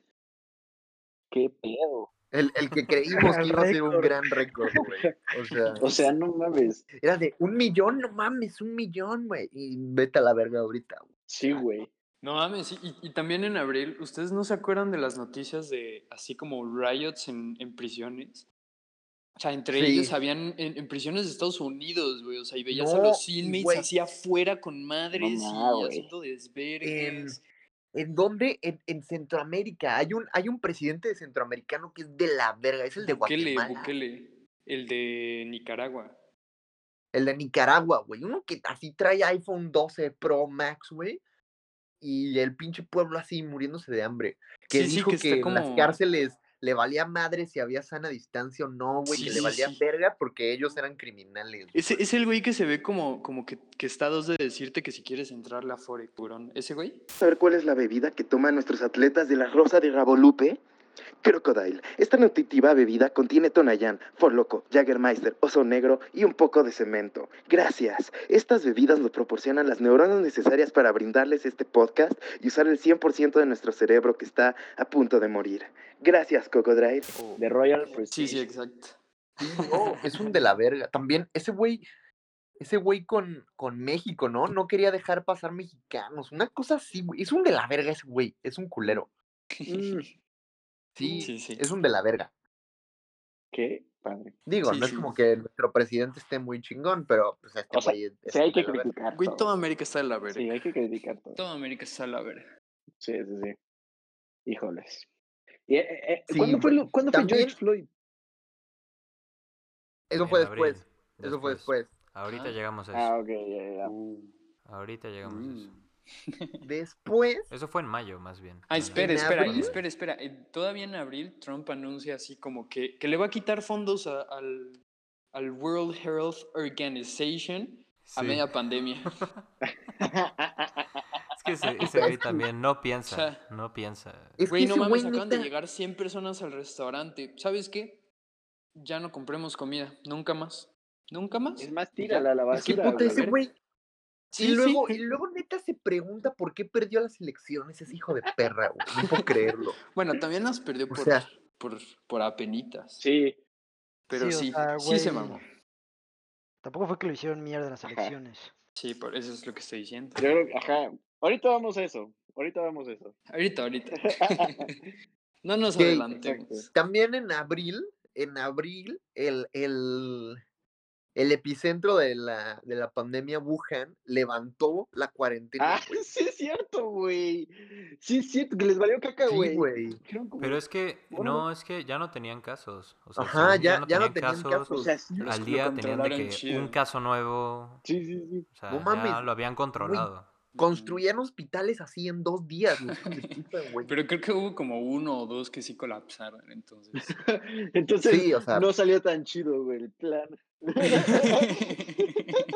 Qué pedo. El, el que creímos que El iba a ser un récord. gran récord, güey. O sea, O sea, no mames. era de un millón, no mames, un millón, güey. Y vete a la verga ahorita, güey. Sí, güey. No mames, y, y también en abril, ¿ustedes no se acuerdan de las noticias de así como riots en, en prisiones? O sea, entre Sí. ellos habían en, en prisiones de Estados Unidos, güey. O sea, y veías a No, los y inmates güey. así afuera con madres Mamá, y güey. haciendo desvergues. ¿En dónde? En, en Centroamérica. Hay un, hay un presidente de centroamericano que es de la verga. Es el de Bukele, Guatemala. Bukele, el de Nicaragua. El de Nicaragua, güey. Uno que así trae iPhone 12 Pro Max, güey. Y el pinche pueblo así muriéndose de hambre. Que Sí, sí, dijo que que, está en las como- cárceles le valía madre si había sana distancia o no, güey. Sí, que sí, le valían sí. verga porque ellos eran criminales. güey. Ese es el güey que se ve como, como que, que está a dos de decirte que si quieres entrar la Fore, curón. ¿Ese güey? saber cuál es la bebida que toman nuestros atletas de la Rosa de Rabolupe? Crocodile. Esta nutritiva bebida contiene Tonayán, Forloco, Jägermeister, Oso Negro y un poco de cemento. Gracias. Estas bebidas nos proporcionan las neuronas necesarias para brindarles este podcast y usar el 100% de nuestro cerebro que está a punto de morir. Gracias, Crocodile. The Royal Sí, Prestige. sí, exacto. Sí, no, Oh, es un de la verga. También ese güey, ese güey con, con México, ¿no? No quería dejar pasar mexicanos. Una cosa así, güey. Es un de la verga ese güey. Es un culero. Sí, Sí, sí. es un de la verga. Qué padre. Digo, Sí, no sí. es como que nuestro presidente esté muy chingón, pero pues este O sea, güey es- es Sí, hay un de que la verga. criticar. Güey, todo. toda América está de la verga. Sí, hay que criticar todo. Toda América está de la verga. Sí, sí, sí. Híjoles. Y, eh, eh, Sí, ¿Cuándo, fue, güey. lo- cuándo fue También- George Floyd? Eso fue En abril, después. Eso fue después. Ahorita Ah. llegamos a pues eso. Ah, ok, ya, ya. Uh. Ahorita llegamos a eso. Mm. Después, Eso fue en mayo, más bien. Ah, no, espera, En espera, abril. espera, espera. Eh, Todavía en abril Trump anuncia así como que, que le va a quitar fondos a- al, al World Health Organization a Sí. media pandemia. Es que ese, ese güey también no O piensa, sea, no piensa. es Güey, que no ese güey mames, acaban de neta- llegar 100 personas al restaurante. ¿Sabes qué? Ya no compremos comida, nunca más. ¿Nunca más? Es más, tírala a la es que basura. puta ese güey. güey. Sí, y, sí. luego, y luego neta se pregunta por qué perdió las elecciones ese hijo de perra, güey. No puedo creerlo. Bueno, también las perdió O por, sea- por, por apenitas. Sí, Pero Sí, o sí, sea, sí se güey. mamó. Tampoco fue que lo hicieron mierda en las Ajá. elecciones. Sí, por eso es lo que estoy diciendo. yo creo que- ajá. Ahorita vamos a eso. Ahorita vamos a eso. Ahorita, ahorita. no nos Ok, adelantemos. exacto. También en abril, en abril, el, el, el epicentro de la, de la pandemia Wuhan levantó la cuarentena. Ah, sí es cierto, güey. Sí es cierto, que les valió caca, Sí, güey. Mm. güey. Dijeron como- Pero es que, Bueno. no, es que ya no tenían casos. O sea, Ajá, según ya, ya no tenían O casos. sea, sí, Pero es Al que lo día tenían de controlaron que chido. un caso nuevo. sí, sí, sí. O sea, No ya mames, lo habían controlado. Construían hospitales así en dos días, los hijos de puta, güey. Pero creo que hubo como uno o dos que sí colapsaron, entonces. Entonces, Sí, o sea- no salió tan chido, güey, el plan.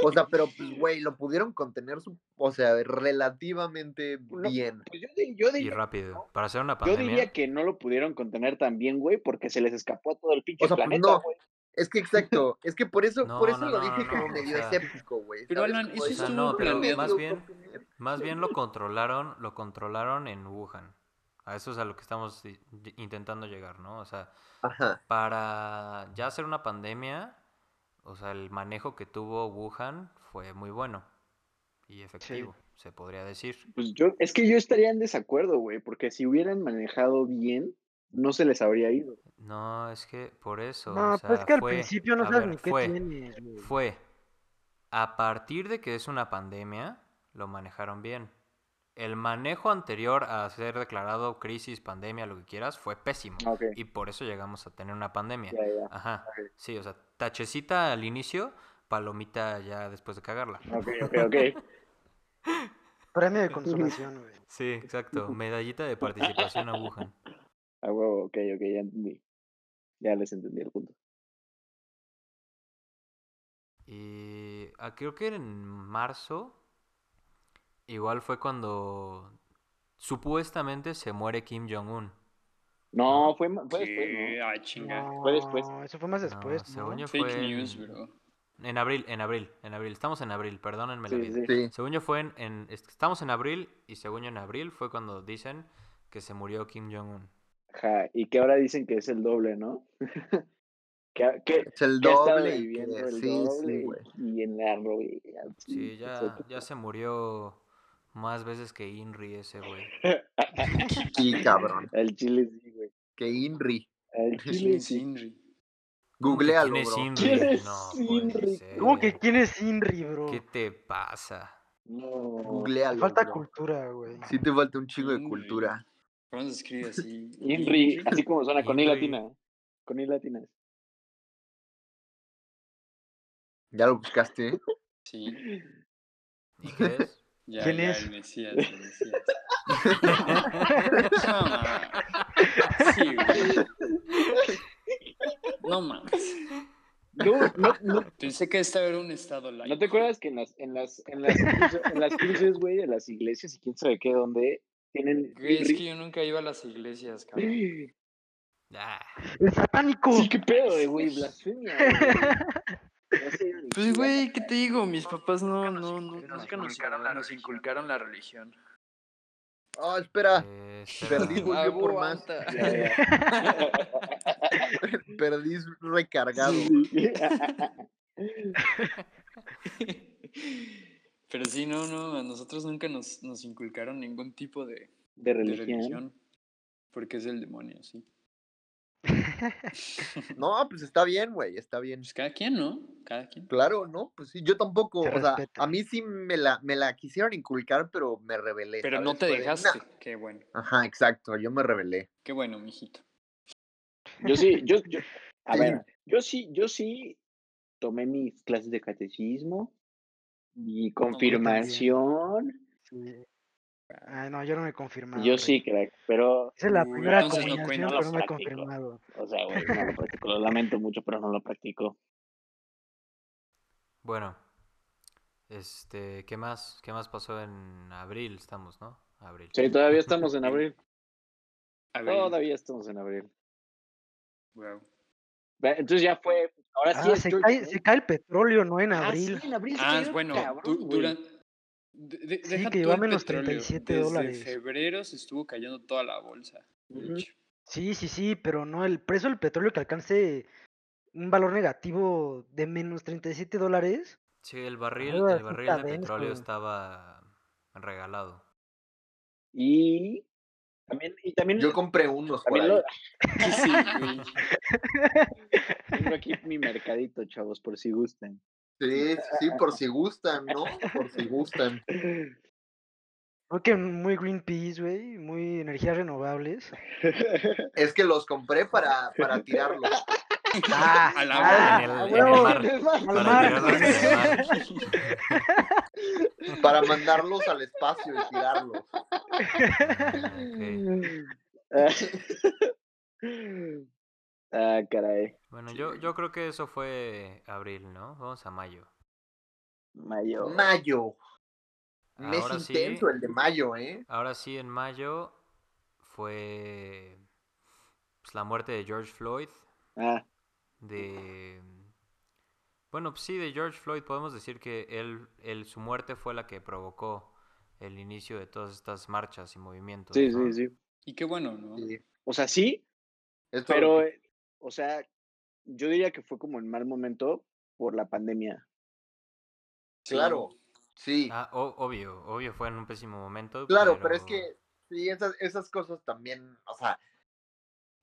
O sea, pero, pues, güey, lo pudieron contener, su- o sea, relativamente No, bien. Pues yo, di- yo Y diría, rápido. Para hacer una yo pandemia. diría que no lo pudieron contener tan bien, güey, porque se les escapó a todo el pinche O sea, pues, planeta, no. güey. Es que exacto, es que por eso, por No, eso no, lo no, dije no, como no, o medio sea. escéptico, güey. Pero, ¿sabes? Alan, Como eso de, O sea, estuvo no, pero planeado. más bien, contener. más bien lo controlaron, lo controlaron en Wuhan. A eso es a lo que estamos i- intentando llegar, ¿no? O sea, Ajá, para ya hacer una pandemia, o sea, el manejo que tuvo Wuhan fue muy bueno y efectivo, se podría decir. Pues yo, es que yo estaría en desacuerdo, güey, porque si hubieran manejado bien, no se les habría ido. No, es que por eso, No, o sea, pues es que al fue- principio no a sabes ver, ni qué fue, tienes, güey. fue a partir de que es una pandemia, lo manejaron bien. El manejo anterior a ser declarado crisis, pandemia, lo que quieras, fue pésimo. Ah, ok. Y por eso llegamos a tener una pandemia. Ya, ya. Ajá, sí, o sea, tachecita al inicio, palomita ya después de cagarla. Ok, ok, ok. Premio de consolación, güey. Sí, exacto, medallita de participación a Wuhan. Ah, huevo, ok, ok, ya entendí. Ya les entendí el punto. Y ah, creo que en marzo, igual fue cuando supuestamente se muere Kim Jong-un. No, No. fue, ma- fue después, ¿Qué? ¿no? Ay, chinga. Fue después. No, eso fue más No, después, ¿no? según yo Fake fue news, en- bro. En abril, en abril, en abril. Estamos en abril, perdónenme la Sí, vida. sí. sí. Según yo fue en, en- est- Estamos en abril y según yo en abril fue cuando dicen que se murió Kim Jong-un. Ajá, y que ahora dicen que es el doble, ¿no? que, ha- que, Es el que ha estado doble. y viviendo que- el sí, sí, doble y- güey. y en la rodilla. Sí, ya, etcétera. ya se murió más veces que Inri ese güey. Sí, cabrón. El chile sí, güey. Que Inri. El ¿Quién chile es sí. Inri? ¿Cómo que Googlealo, ¿Quién es bro. Inri? ¿Quién es No Inri? puede ¿Cómo que ser. quién es Inri, bro? ¿Qué te pasa? No. Te Googlealo. falta bro. cultura, güey. Ah, Sí te falta un chingo de Inri. cultura. ¿Cómo se escribe así? Inri, así como suena con I Inri. latina. Con I latina. Ya lo buscaste. Sí. ¿Y qué es? Ya, ¿Quién ya, es? El Mesías, el Mesías. No, ma. Sí, güey. No mames. No, no, no, Pensé que esta era un estado light. ¿no te acuerdas que en las, en las, en las, cruces- en las cruces, güey, de las iglesias y quién sabe qué, donde tienen Güey, es Inri? que yo nunca iba a las iglesias, cabrón. Ah, ¡El satánico! Sí, qué pedo, eh, güey, blasfemia. güey. No sé, Pues, ni- güey, ¿qué te digo? Mis papás no, no, no. nos inculcaron la religión. la religión. Oh, espera. eh, espera. Perdí Ah, volvió por más. Ya, ya. Perdí recargado. Sí, sí. Pero sí, no, no, a nosotros nunca nos, nos inculcaron ningún tipo de, de De religión. religión. Porque es el demonio, sí. No, pues está bien, güey. Está bien. Pues cada quien, ¿no? Cada quien. Claro, ¿no? Pues sí, yo tampoco, Se o sea, respeta. a mí sí me la, me la quisieron inculcar, pero me rebelé. Pero no ¿sabes? te Fue de, dejaste. "Nah". Qué bueno, Ajá, exacto, yo me rebelé. qué bueno, mijito. Yo sí, yo, yo- a Sí. ver, yo sí, yo sí tomé mis clases de catecismo y confirmación. Sí. Ay, no, yo no me he confirmado. yo sí, crack, pero Esa es la no, primera entonces no combinación, cuenta. pero no me he Práctico. confirmado. o sea, güey, no lo practico, lo lamento mucho, pero no lo practico. Bueno, este, ¿qué más? ¿Qué más pasó en abril? Estamos, ¿no? Abril. Sí, todavía estamos en abril. A ver, Todavía estamos en abril. wow. Ve, Entonces ya fue, ahora sí Ah, es se, George cae, Floyd. se cae el petróleo, ¿no? En Ah, abril. sí, en abril se Ah, cayó, bueno, cabrón, güey. durante. De, de- Sí, deja que tú llevaba el menos petróleo, 37 desde dólares. febrero se estuvo cayendo toda la bolsa. de Ujú. hecho. Sí, sí, sí, pero no, el precio del petróleo que alcance un valor negativo de menos 37 dólares. Sí, el barril, Ahora el sí barril está de petróleo denso. estaba regalado. Y también, y también, Yo compré unos por también ahí. lo, Sí, güey. tengo aquí mi mercadito, chavos, por si gustan. Sí, sí, sí, por si gustan, ¿no? Por si gustan. Creo que muy Greenpeace, güey, muy energías renovables. Es que los compré para, para tirarlos. Ah, A la ah, en el- a en huevo. el mar. Para mar. tirarlos en el mar. Para mandarlos al espacio y tirarlos. Ah, ok. ah, caray. Bueno, yo, yo creo que eso fue abril, ¿no? Vamos a mayo. Mayo. Mayo. Mes Ahora sí. intenso el de mayo, ¿eh? Ahora sí, en mayo fue pues, la muerte de George Floyd, Ah, de... Bueno, pues sí, de George Floyd podemos decir que él, él, su muerte fue la que provocó el inicio de todas estas marchas y movimientos. sí, ¿no? sí, sí. Y qué bueno, ¿no? Sí. O sea, sí, Es todo pero, lo que- eh, o sea, yo diría que fue como el mal momento por la pandemia. Sí. claro, sí. Ah, o- obvio, obvio, fue en un pésimo momento. Claro, pero es que sí, esas, esas cosas también, o sea,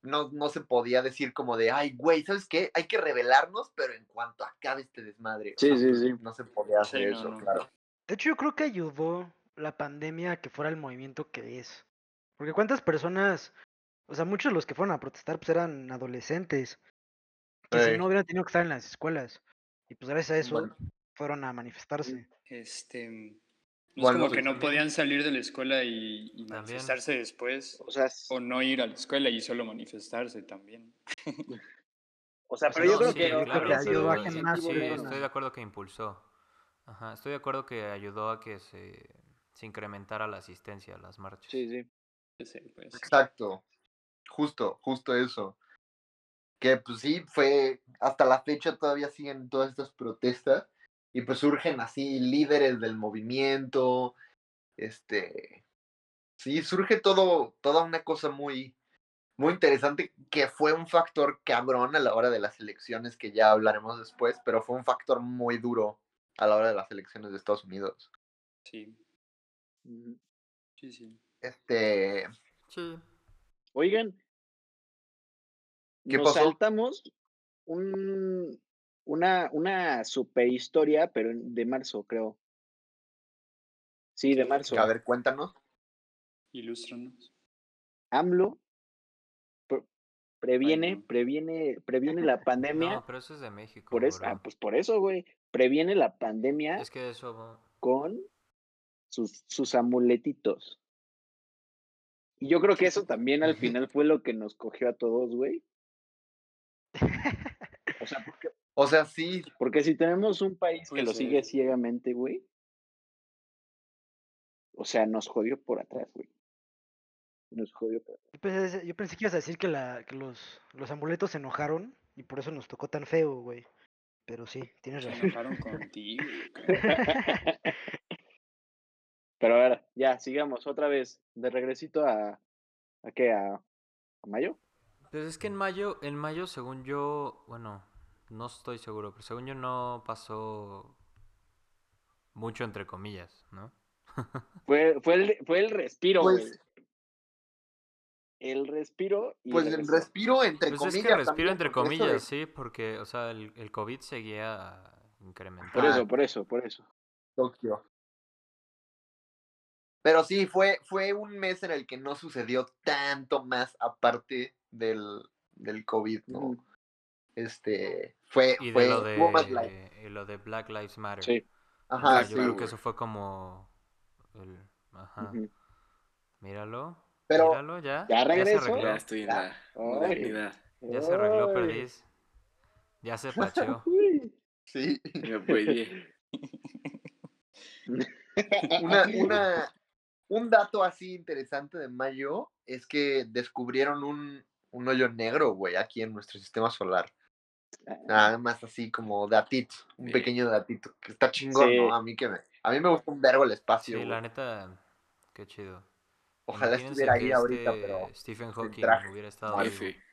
no, no se podía decir como de, ay, güey, ¿sabes qué? Hay que rebelarnos, pero en cuanto acabe este desmadre. o Sí, sea, sí, sí. No se podía Sí, hacer no, eso, no. claro. De hecho, yo creo que ayudó la pandemia a que fuera el movimiento que es. Porque cuántas personas, o sea, muchos de los que fueron a protestar pues eran adolescentes, que si Ey. no hubieran tenido que estar en las escuelas. Y pues gracias a eso Bueno. fueron a manifestarse. Este, no es Bueno, como sí, que no también. podían salir de la escuela y, y manifestarse después, O sea, s- o no ir a la escuela y solo manifestarse también. o sea o sea, pero yo no, creo sí, que, yo creo creo que que ayudó sí, a un que sí, más incentivo se- bueno. estoy de acuerdo que impulsó. Ajá, estoy de acuerdo que ayudó a que se, se incrementara la asistencia a las marchas. Sí, sí. Ese, pues. Exacto. Justo, justo eso. Que pues sí, fue, hasta la fecha todavía siguen todas estas protestas y pues surgen así líderes del movimiento, este, sí, surge todo, toda una cosa muy, muy interesante que fue un factor cabrón a la hora de las elecciones que ya hablaremos después, pero fue un factor muy duro a la hora de las elecciones de Estados Unidos. Sí, sí, sí. Este, Sí. Oigan, ¿Qué nos pasó? saltamos un, una, una super historia, pero en- de marzo, creo. Sí, de marzo. a ver, cuéntanos. Ilústranos. AMLO pre- previene, no. previene, previene la pandemia. No, pero eso es de México. por eso, bro. ah, pues por eso, güey. Previene la pandemia Es que eso. va- con sus, sus amuletitos. Y yo creo que eso también al final fue lo que nos cogió a todos, güey. Mm. O sea, porque, O sea, sí, porque si tenemos un país que Puede lo ser. sigue ciegamente, güey. O sea, nos jodió por atrás, güey. Nos jodió por atrás. Yo pensé, pues, eh, yo pensé que ibas a decir que, la, que los, los amuletos se enojaron y por eso nos tocó tan feo, güey. Pero sí, tienes Se razón. enojaron contigo. Pero a ver, ya, sigamos otra vez. De regresito a. ¿A qué? ¿A, a mayo? Pues es que en mayo, en mayo, según yo. Bueno, no estoy seguro, pero según yo no pasó. Mucho entre comillas, ¿no? Fue, fue, el, fue el respiro, güey. pues, el respiro y pues el regresó. respiro entre Pues comillas. es que respiro también, entre porque eso de- comillas, sí, porque, o sea, el, el COVID seguía incrementando. Por Ah. eso, por eso, por eso. Tokio. Pero sí, fue, fue un mes en el que no sucedió tanto más aparte del, del COVID, ¿no? Ujú. Este, fue, Y fue, de lo estuvo más light. de, y lo de Black Lives Matter. Sí. O sea, Ajá, yo sí, creo güey. que eso fue como. el- Ajá. ujú. Míralo. Pero- míralo ya. ¿Ya se regreso? arregló. Ya estoy en la modernidad. Ya se arregló, Ay, perdiz. Ya se pacheó. uy. sí. Yo apoyé. Ah, Una, una, un dato así interesante de mayo es que descubrieron un, un hoyo negro, güey, aquí en nuestro sistema solar. Ah. Nada más así como datito, un Sí. pequeño datito, que está chingón, Sí. ¿no? A mí que me, a mí me gusta un verbo el Sí, espacio, güey. la neta, qué chido. Ojalá Imagínense estuviera que ahí ahorita, este pero Stephen Hawking traje. hubiera estado Ay, vivo. F.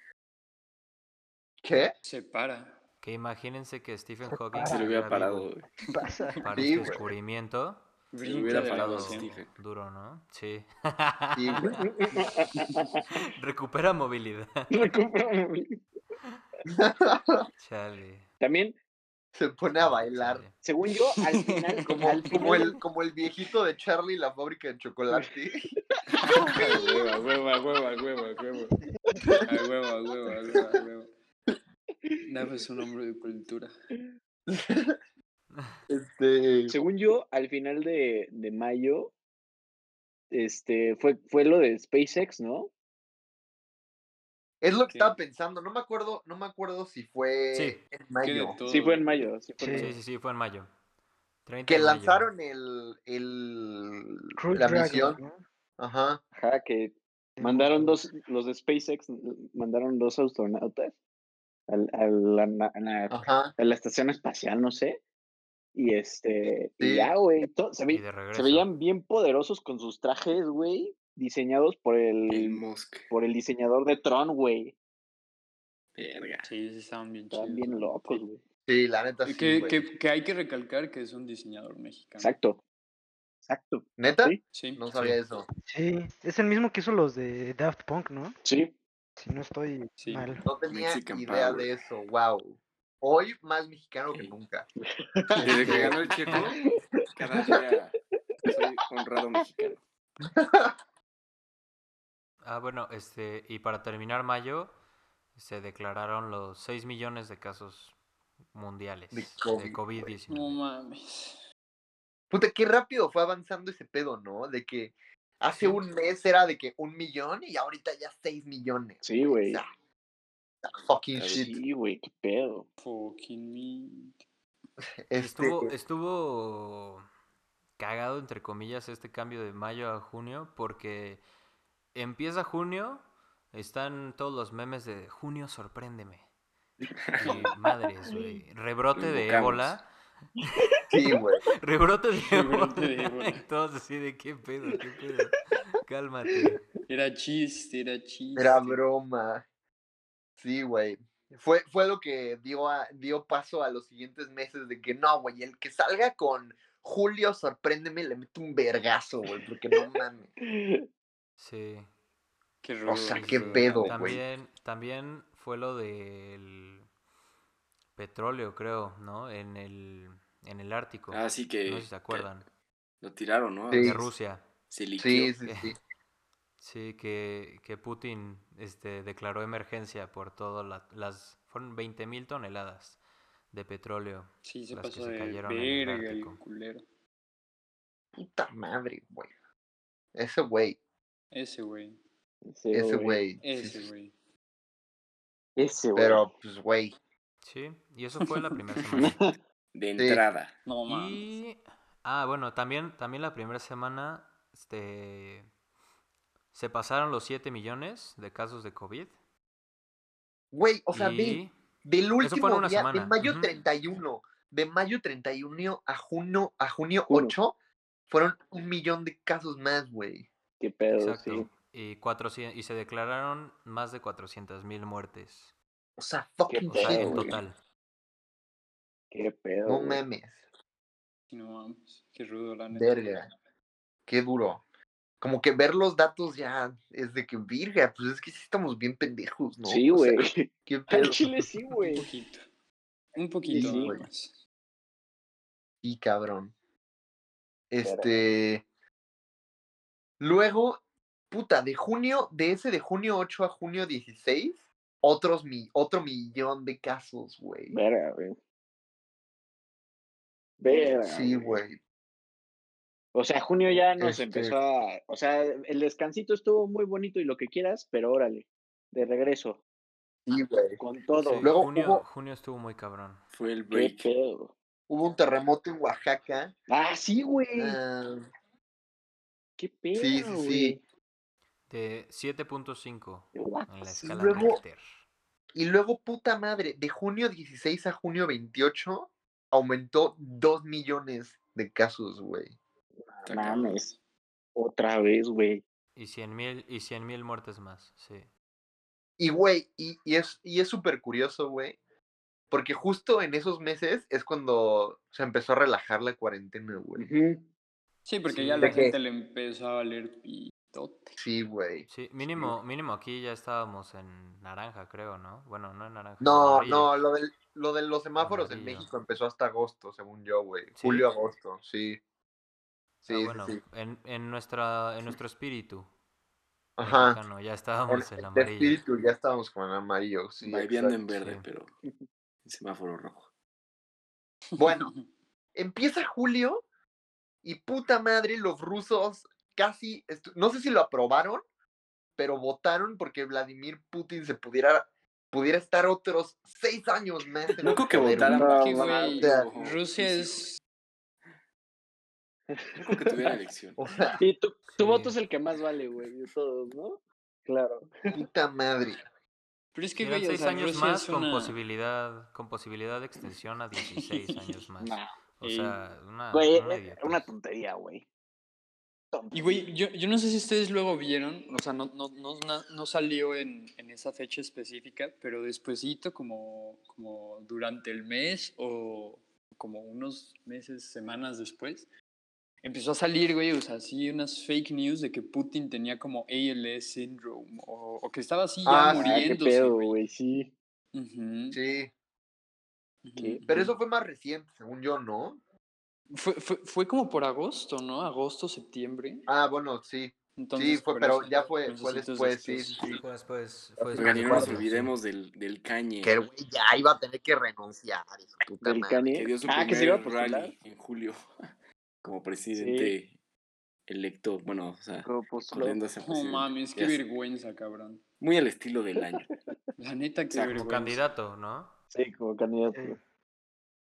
¿qué? Se para. Que imagínense que Stephen Hawking para. Se lo hubiera estuviera parado, vivo güey. Pasa. para Sí, este güey. descubrimiento. Se lo Brinca hubiera de la parado, emoción. Stephen. Duro, ¿no? Sí. Sí, güey. Recupera movilidad. Recupera movilidad. Chale. También Se pone a bailar. Sí. Según yo, al final, Como, al como final el, como el viejito de Charlie y la fábrica de chocolate. Hueva, hueva, hueva, hueva, hueva. A huevo, a huevo, a huevo, a huevo. Nav es un hombre de cultura. Este, Según yo, al final de, de mayo, este, fue, fue lo de SpaceX, ¿no? es lo que Sí. estaba pensando. No me acuerdo, no me acuerdo si fue Sí, en que de mayo. todo. Sí, fue en mayo. Sí, fue en Sí. mayo. Sí, sí, sí, fue en mayo. 30 Que de mayo. lanzaron el, el Crew la Dragon, misión. ¿no? Ajá. Ajá, que Sí, mandaron justo. dos, los de SpaceX mm, mandaron dos astronautas al- a, la, na- a la- Ajá. a la estación espacial, no sé. Y este, y Sí. ya, güey, to- se, ve- Y de se regreso. veían bien poderosos con sus trajes, güey, diseñados por El el, Musk. por el diseñador de Tron, güey. Verga. Sí, sí, estaban bien chidos. Estaban bien ¿no? locos, Sí. güey. Sí, la neta Y sí, que, güey. que, que hay que recalcar que es un diseñador mexicano. Exacto. Exacto. ¿Neta? Sí. Sí. No sabía Sí. eso. Sí, es el mismo que hizo los de Daft Punk, ¿no? Sí. Si no estoy Sí. mal. No tenía Mexican idea Power. de eso. Wow. Hoy más mexicano que Sí. nunca. Desde que ganó el checo, cada día soy honrado mexicano. Ah, bueno, este, y para terminar mayo, se declararon los 6 millones de casos mundiales De de COVID, güey. No COVID-19. mames. Puta, qué rápido fue avanzando ese pedo, ¿no? De que hace Sí. un mes era de que un millón y ahorita ya seis millones. Sí, güey. O Ah, sea, that fucking Claro, shit. Sí, güey, qué pedo. Fucking me. Y Este, Estuvo, estuvo cagado, entre comillas, este cambio de mayo a junio, porque empieza junio, están todos los memes de junio, sorpréndeme. Y madres, güey. Rebrote de invocamos. ébola. sí, güey. Rebrote de ébola. Rebrote de ébola. Y todos así de qué pedo, qué pedo. Cálmate. Era chiste, era chiste. Era broma. Sí, güey. Fue, fue lo que dio, a- dio paso a los siguientes meses de que no, güey, el que salga con Julio, sorpréndeme, le meto un vergazo, güey, porque no mames. Sí. Qué O sea, rudo, qué güey. pedo, güey. Este, También, también fue lo del petróleo, creo, ¿no? En el, en el Ártico. Así que, No sé si se que acuerdan. lo tiraron, ¿no? Sí. De Rusia. Rusia. Se liqueó. Sí, sí, sí. Sí, que, que Putin este, declaró emergencia por todas las... Fueron 20.000 toneladas de petróleo Sí, se las que pasó se de cayeron en el verga el Ártico. culero. Puta madre, güey. Ese güey, Ese güey. Ese ese güey. sí, sí, Ese sí. güey. Ese güey. Pero, pues, güey. Sí, y eso fue la primera semana. De entrada. No mames. Y. Ah, bueno, también, también la primera semana este, se pasaron los 7 millones de casos de COVID. Güey, o sea, ve, y. del fue en último una día, de semana, mayo ujú. 31, de mayo 31 a junio, a junio Junio. 8, fueron un millón de casos más, güey. Qué pedo, Exacto. sí. Y, 400, y se declararon más de 400 mil muertes. O sea, Qué fucking O sea, pedo, shit, en güey. güey. total. Qué pedo. No güey. memes, Sí, No mames. Qué rudo, la neta. verga. Qué duro. Como que ver los datos ya es de que, virga, pues es que sí estamos bien pendejos, ¿no? Sí, O sea, güey. qué Al pedo. chile sí, Un güey. poquito. Un poquito sí, nada güey. más. Y cabrón. Este. Luego, puta, de junio, de ese de junio 8 a junio 16, otros mi, otro millón de casos, güey. Verga, güey. Verga. Sí, güey. O sea, junio ya nos Este- empezó a. O sea, el descansito estuvo muy bonito y lo que quieras, pero órale. De regreso. Sí, güey. Con Sí, todo. Luego junio, hubo- junio estuvo muy cabrón. Fue el Qué break. pedo. Hubo un terremoto en Oaxaca. Ah, sí, güey. Ah, Qué sí, pedo, sí. güey. De 7.5 What? en la Sí, escala luego- Richter. y luego, puta madre, de junio 16 a junio 28, aumentó 2 millones de casos, güey. Está cabrón. Mames. Otra vez, güey. Y 100 mil y 100.000 muertes más, sí. Y, güey, y, y es y es súper curioso, güey. Porque justo en esos meses es cuando se empezó a relajar la cuarentena, güey. Ujú. Sí, porque Sí, ya la ¿De qué? gente le empezó a valer pitote. Sí, güey. Sí, mínimo, mínimo aquí ya estábamos en naranja, creo, ¿no? Bueno, no en naranja. en No, amarillo. no, lo del, lo de los semáforos en Amarillo. México empezó hasta agosto, según yo, güey. Sí. Julio, agosto, sí. Sí, Ah, sí, bueno, sí. En, en, nuestra, en nuestro espíritu. pues Ajá. mexicano, ya Con estábamos en de amarillo. espíritu ya estábamos con amarillo. Sí, Viviendo exacto. en verde, Sí. pero en semáforo rojo. Bueno, empieza julio y puta madre, los rusos casi, estu- no sé si lo aprobaron, pero votaron porque Vladimir Putin se pudiera, pudiera estar otros seis años más. en No el creo que poder, votaran güey. para que, güey, sea, algo Rusia difícil. es. No creo que tuviera elección. O sea, Y tu, tu Sí. voto es el que más vale, güey, de todos, ¿no? Claro. puta madre. Pero es que, Eran güey, o seis sea, años Rusia más es con una- posibilidad con posibilidad de extensión a 16 años más. Nah, O Ey. sea, una, pues. güey, una eh, idiotez. una tontería, güey. Y, güey, yo, yo no sé si ustedes luego vieron, o sea, no, no, no, na- no salió en, en esa fecha específica, pero despuesito, como, como durante el mes o como unos meses, semanas después, empezó a salir, güey, o sea, así unas fake news de que Putin tenía como ALS syndrome o, o que estaba así ya Ah, sí, qué Ah, qué muriéndose, pedo, güey. güey, sí. Ujú, Sí, ujú, ¿Qué? pero ujú. eso fue más reciente, según yo, ¿no? Fue, fue, fue como por agosto, ¿no? Agosto, septiembre. Ah, bueno, sí. Entonces, fue- por pero eso, ya fue- meses fue después, sí, sí. Fue después, fue después Oigan, y de Pues, no nos cuatro, sí. olvidemos del, del cañe. Que el güey ya iba a tener que renunciar, y su puta Del madre. Kanye. que dio su Ah, primer que se iba a postular. rally en julio como presidente electo, bueno, o sea, Como postuló. corriéndose a No presidente. mames, qué Ya sé, vergüenza, cabrón. Muy al estilo del año. La neta, qué sea, como Como vergüenza. candidato, ¿no? Sí, como candidato. Eh,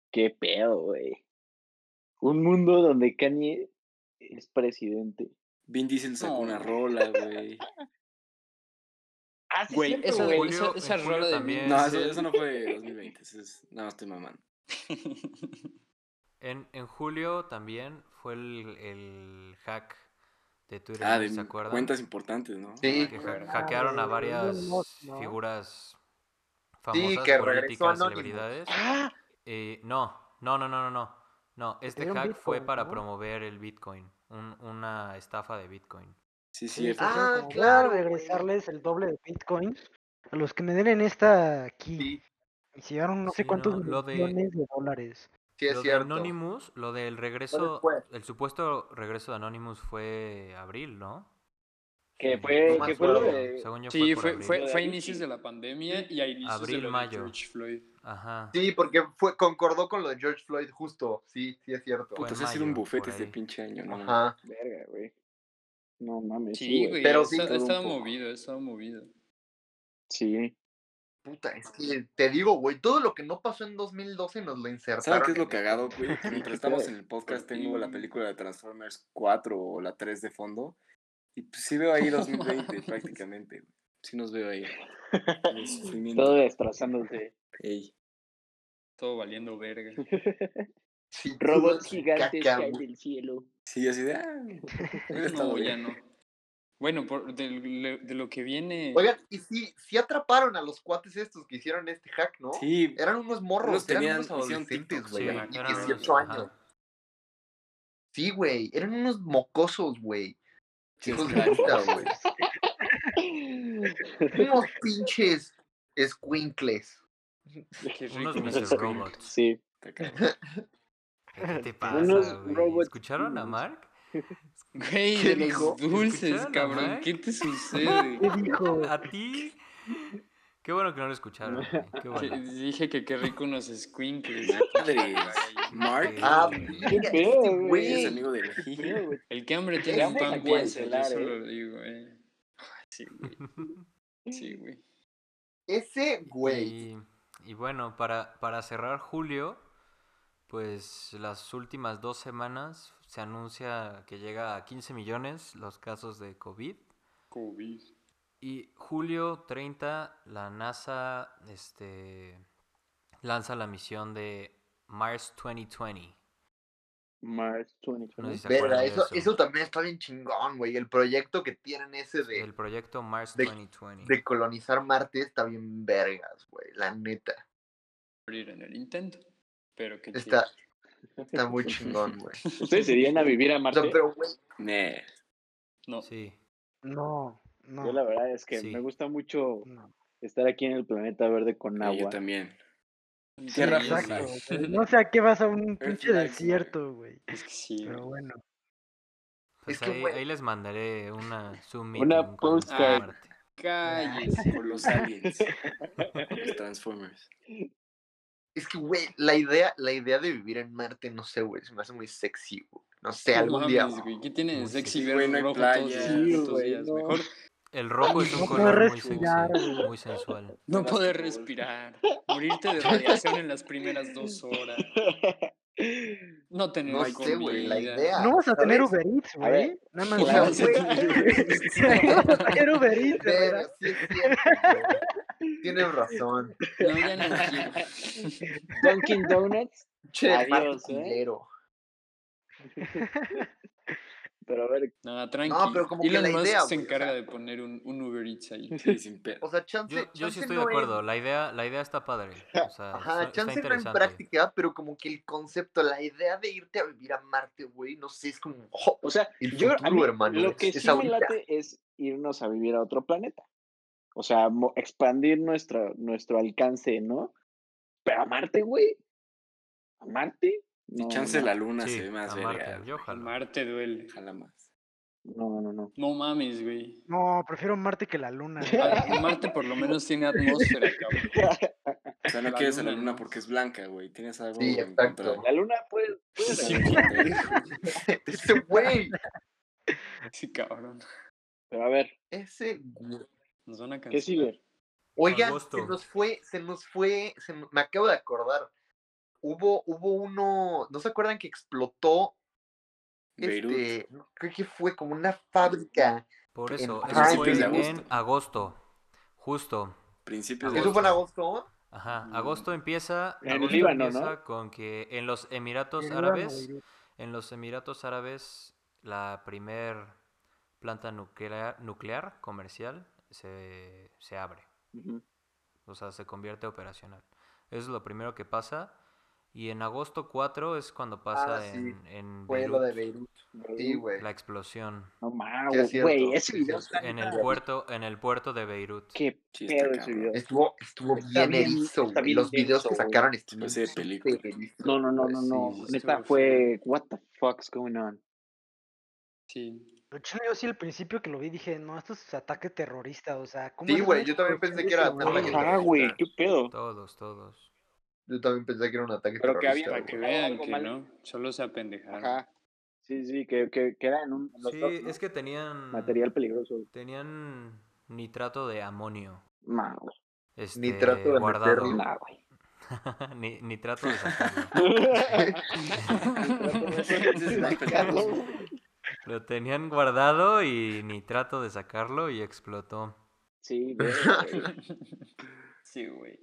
Qué pedo, güey. Un mundo donde Kanye es presidente. Vin Diesel sacó No. una rola, güey. Ah, sí, Güey, cierto, esa, güey. Julio- esa, esa en julio rola de también. también. No, eso, eso no fue 2020, eso es, no, estoy mamando. En, en julio también fue el, el hack de Twitter, Ah, ¿no? de ¿se acuerdan? cuentas importantes, ¿no? Sí, me Que ha- acuerdo. hackearon a Ah, de Elon varias Musk, ¿no? figuras Sí, famosas, que regresó políticas, anónimo. celebridades. Ah, Eh, no, no, no, no, no, no. No, este dieron hack fue Bitcoin, para ¿no? promover el Bitcoin, un- una estafa de Bitcoin. Sí, Sí, sí, que dijeron Ah, como, voy claro, a güey. regresarles el doble de bitcoins a los que me den en esta key. Sí, Y se llevaron no sé Sí, cuántos no, lo de- millones de dólares. sí es lo cierto. de Anonymous, lo del regreso, después. el supuesto regreso de Anonymous fue abril, ¿no? Eh, que Sí, fue, No me que fue lo acuerdo. de. Según yo Sí, por fue, abril. fue, Lo de fue a Avicii. inicios de la pandemia y a inicios Abril, de lo de mayo. George Floyd. Ajá. Sí, porque fue, concordó con lo de George Floyd justo. Sí, sí es cierto. Fue puta, en se ha sido un mayo, bufete por este ahí. pinche año, ¿no? Ajá. Verga, güey. No mames, sí, Sí, güey. güey, Pero ha sí, esta- ha todo un estado poco. movido, ha estado movido. Sí. Puta, es que te digo, güey, todo lo que no pasó en 2012 nos lo insertaron. ¿Saben qué es en lo cagado, güey? Que mientras estamos en el podcast tengo la Sí. película de Transformers 4 o la 3 de fondo. Y pues sí veo ahí 2020 prácticamente. güey. Sí nos veo ahí. En el sufrimiento. Todo destrozándose. Ey. Todo valiendo verga. Sí, Robots todo- gigantes caca, caen güey. del cielo. Sí, así de... Ah, hubiera estado No, ya bien. no. Bueno, por, de, lo- de lo que viene. Oigan, y sí, sí atraparon a los cuates estos que hicieron este hack, ¿no? Sí, Eran unos morros, Unos eran tenían- unos hicieron adolescentes, TikToks, güey. Sí, eran y eran unos- 18 ajá. años. Sí, güey, eran unos mocosos, güey. Sí, Hijos de claro. puta, güey. Unos pinches escuincles. Qué Unos rico. Mr. Robot. Sí. está cabrón. ¿Qué te Unos pasa, güey? robots ¿Escucharon a chinos. Mark? Güey, ¿Qué de dijo? los dulces, ¿Escucharon a cabrón. Mike? ¿Qué te sucede? ¿Qué dijo? ¿A ti? Qué bueno que no lo escucharon, güey. Qué Que- bueno. dije que qué rico unos squinkles. Madres. Mark. Sí. Ah, Qué mira, este pedo, que Es güey. amigo del Gil. güey. El que hambre Te tiene un vamos a pan piensa, yo cancelar, eso ¿eh? lo digo, eh. Ay, Sí, güey. Sí, güey. Ese güey. Y, y bueno, para, para cerrar julio, pues las últimas dos semanas se anuncia que llega a 15 millones los casos de COVID. COVID. Y julio 30, la NASA este, lanza la misión de Mars 2020. March No sé si 2020. se acuerdan Verga, de eso, eso. eso también está bien chingón, güey. El proyecto que tienen ese de, El proyecto Mars de- 2020. de colonizar Marte está bien vergas, güey. La neta. Morir en el intento. Pero qué chido. Está, está muy chingón, güey. ¿Ustedes se irían a vivir a O sea, Marte? pero, güey, Nah. No. Sí. No, no. Yo la verdad es que Sí. me gusta mucho no. estar aquí en el planeta verde con Yo agua. también. Sí, Tierra exacto, firme. güey. No sé a qué vas a un pinche Fertilizer, desierto, güey. Es que sí. Pero güey. bueno. Pues Es que, ahí, güey. ahí les mandaré una Zoom Una meeting con postcard. Marte. Cállese. Por los aliens. por los Transformers. Es que, güey, la idea, la idea de vivir en Marte, no sé, güey, se me hace muy sexy, güey. No sé, No algún día. mames, güey, ¿Qué tiene de Uy, sí, sexy güey, ver no hay rojo playa. todos los Sí, putos güey, días? no. Mejor El rojo es un no color puedes muy respirar, sexy, güey. muy sensual. no Te poder vas a morir. respirar, morirte de radiación en las primeras dos horas, no tener No comida. sé, güey, la idea. No vas a tener ¿sabes? Uber Eats, A ver, güey. Nada más. O sea, güey. güey, No vas a tener Uber Eats, verga, ¿verdad? sí es cierto, güey. Tienes razón. No, ya no quiero. Dunkin' Donuts. Che, Adiós, Marte ¿eh? culero. Pero a ver, No, tranqui. No, pero como que Elon la Musk idea, se güey, o encarga sea. de poner un, un Uber Eats ahí. Sí, sin pedo. O sea, chance. Yo, yo sí chance estoy de no acuerdo, en- la idea, la idea está padre. O sea, Ajá, está- está chance no en interesante. práctica, pero como que el concepto, la idea de irte a vivir a Marte, güey, no sé, es como. ¡oh! o sea, El yo a futuro, mí hermano, lo que es sí me ahorita. late es irnos a vivir a otro planeta. O sea, mo- expandir nuestro, nuestro alcance, ¿no? Pero a Marte, güey. A Marte. Y No, chance no, la luna Sí, se ve más a Marte, verga. yo A jalo. Marte duele. Jala más. No, no, no. No mames, güey. No, prefiero Marte que la luna. güey. A- Marte por lo menos tiene atmósfera, cabrón. O sea, no La quieres a la luna, luna ¿no? porque es blanca, güey. Tienes algo Sí, en exacto. contra. La luna puede. puede Sí, haber- Ese güey, Sí, cabrón. Pero a ver, ese güey. Nos van a ¿qué cancelar. sigue? Oigan, Agosto. se nos fue, se nos fue, se m- me acabo de acordar. Hubo, hubo uno, ¿no se acuerdan que explotó? Beirut. Este, no, creo que fue como una fábrica. Por En eso, eso principios fue de agosto. en agosto. Justo. Principios de Eso fue en agosto. agosto. Ajá, Mm. agosto empieza, En agosto Líbano, ¿no? empieza con que en los Emiratos El Líbano, Árabes, Beirut. en los Emiratos Árabes, la primer planta nuclear, nuclear comercial se, se abre, Ujú. o sea, se convierte operacional. Eso es lo primero que pasa. Y en agosto 4 es cuando pasa Ah, sí, en, en Fue lo de Beirut, Beirut. Sí, güey. la explosión No Sí, es mames, cierto, güey. Ese sí, es video cierto. está en neta- el puerto, en el puerto de Beirut. Qué Sí, está pedo ese cabrón. video. Estuvo, estuvo Está bien bien- erizo, está güey. bien Los videos que denso, güey. sacaron estuvieron Parece de película. súper erizos, No, no, no, güey. no, Sí, no. sí, Neta estuvo fue. What the fuck's going on? Sí. Lo chido, yo sí al principio que lo vi dije, no, esto es ataque terrorista, o sea, ¿cómo Sí, es güey, yo también pensé que era güey? ataque Ajá, güey. terrorista. ¿Qué pedo? Todos, todos. Yo también pensé que era un ataque Pero que había- terrorista, Para güey. que Algo vean que mal. no, solo se apendejaron. Ajá. Sí, sí, que, que, que era en un. Los Sí, dos, ¿no? es que tenían Material peligroso. Tenían nitrato de amonio. No, güey. Este, Nitrato de guardado. meterlo. No, güey. Ni- nitrato de sacarlo. Ese es más peligroso. Lo tenían guardado y nitrato de sacarlo y explotó. Sí, güey. Sí, güey.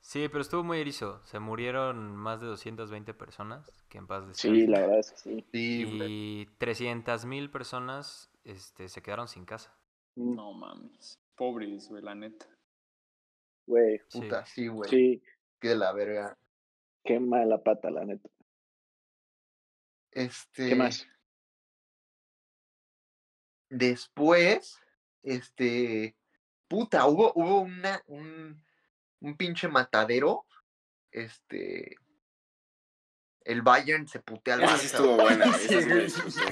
Sí, pero estuvo muy erizo. Se murieron más de 220 personas, que en paz Sí, descansen. la verdad es que sí. Sí, güey. Y 300.000 personas este, se quedaron sin casa. Mm, No mames. Pobres, güey, la neta. Güey. Sí. Puta, sí, güey. Sí, Qué de la verga. qué mala pata, la neta. Este. ¿Qué más? Después, este. Puta, hubo, hubo una, un, un pinche matadero. Este. El Bayern se putea al Esa sí Barça. estuvo buena, güey. Esa sí la güey. disfruté.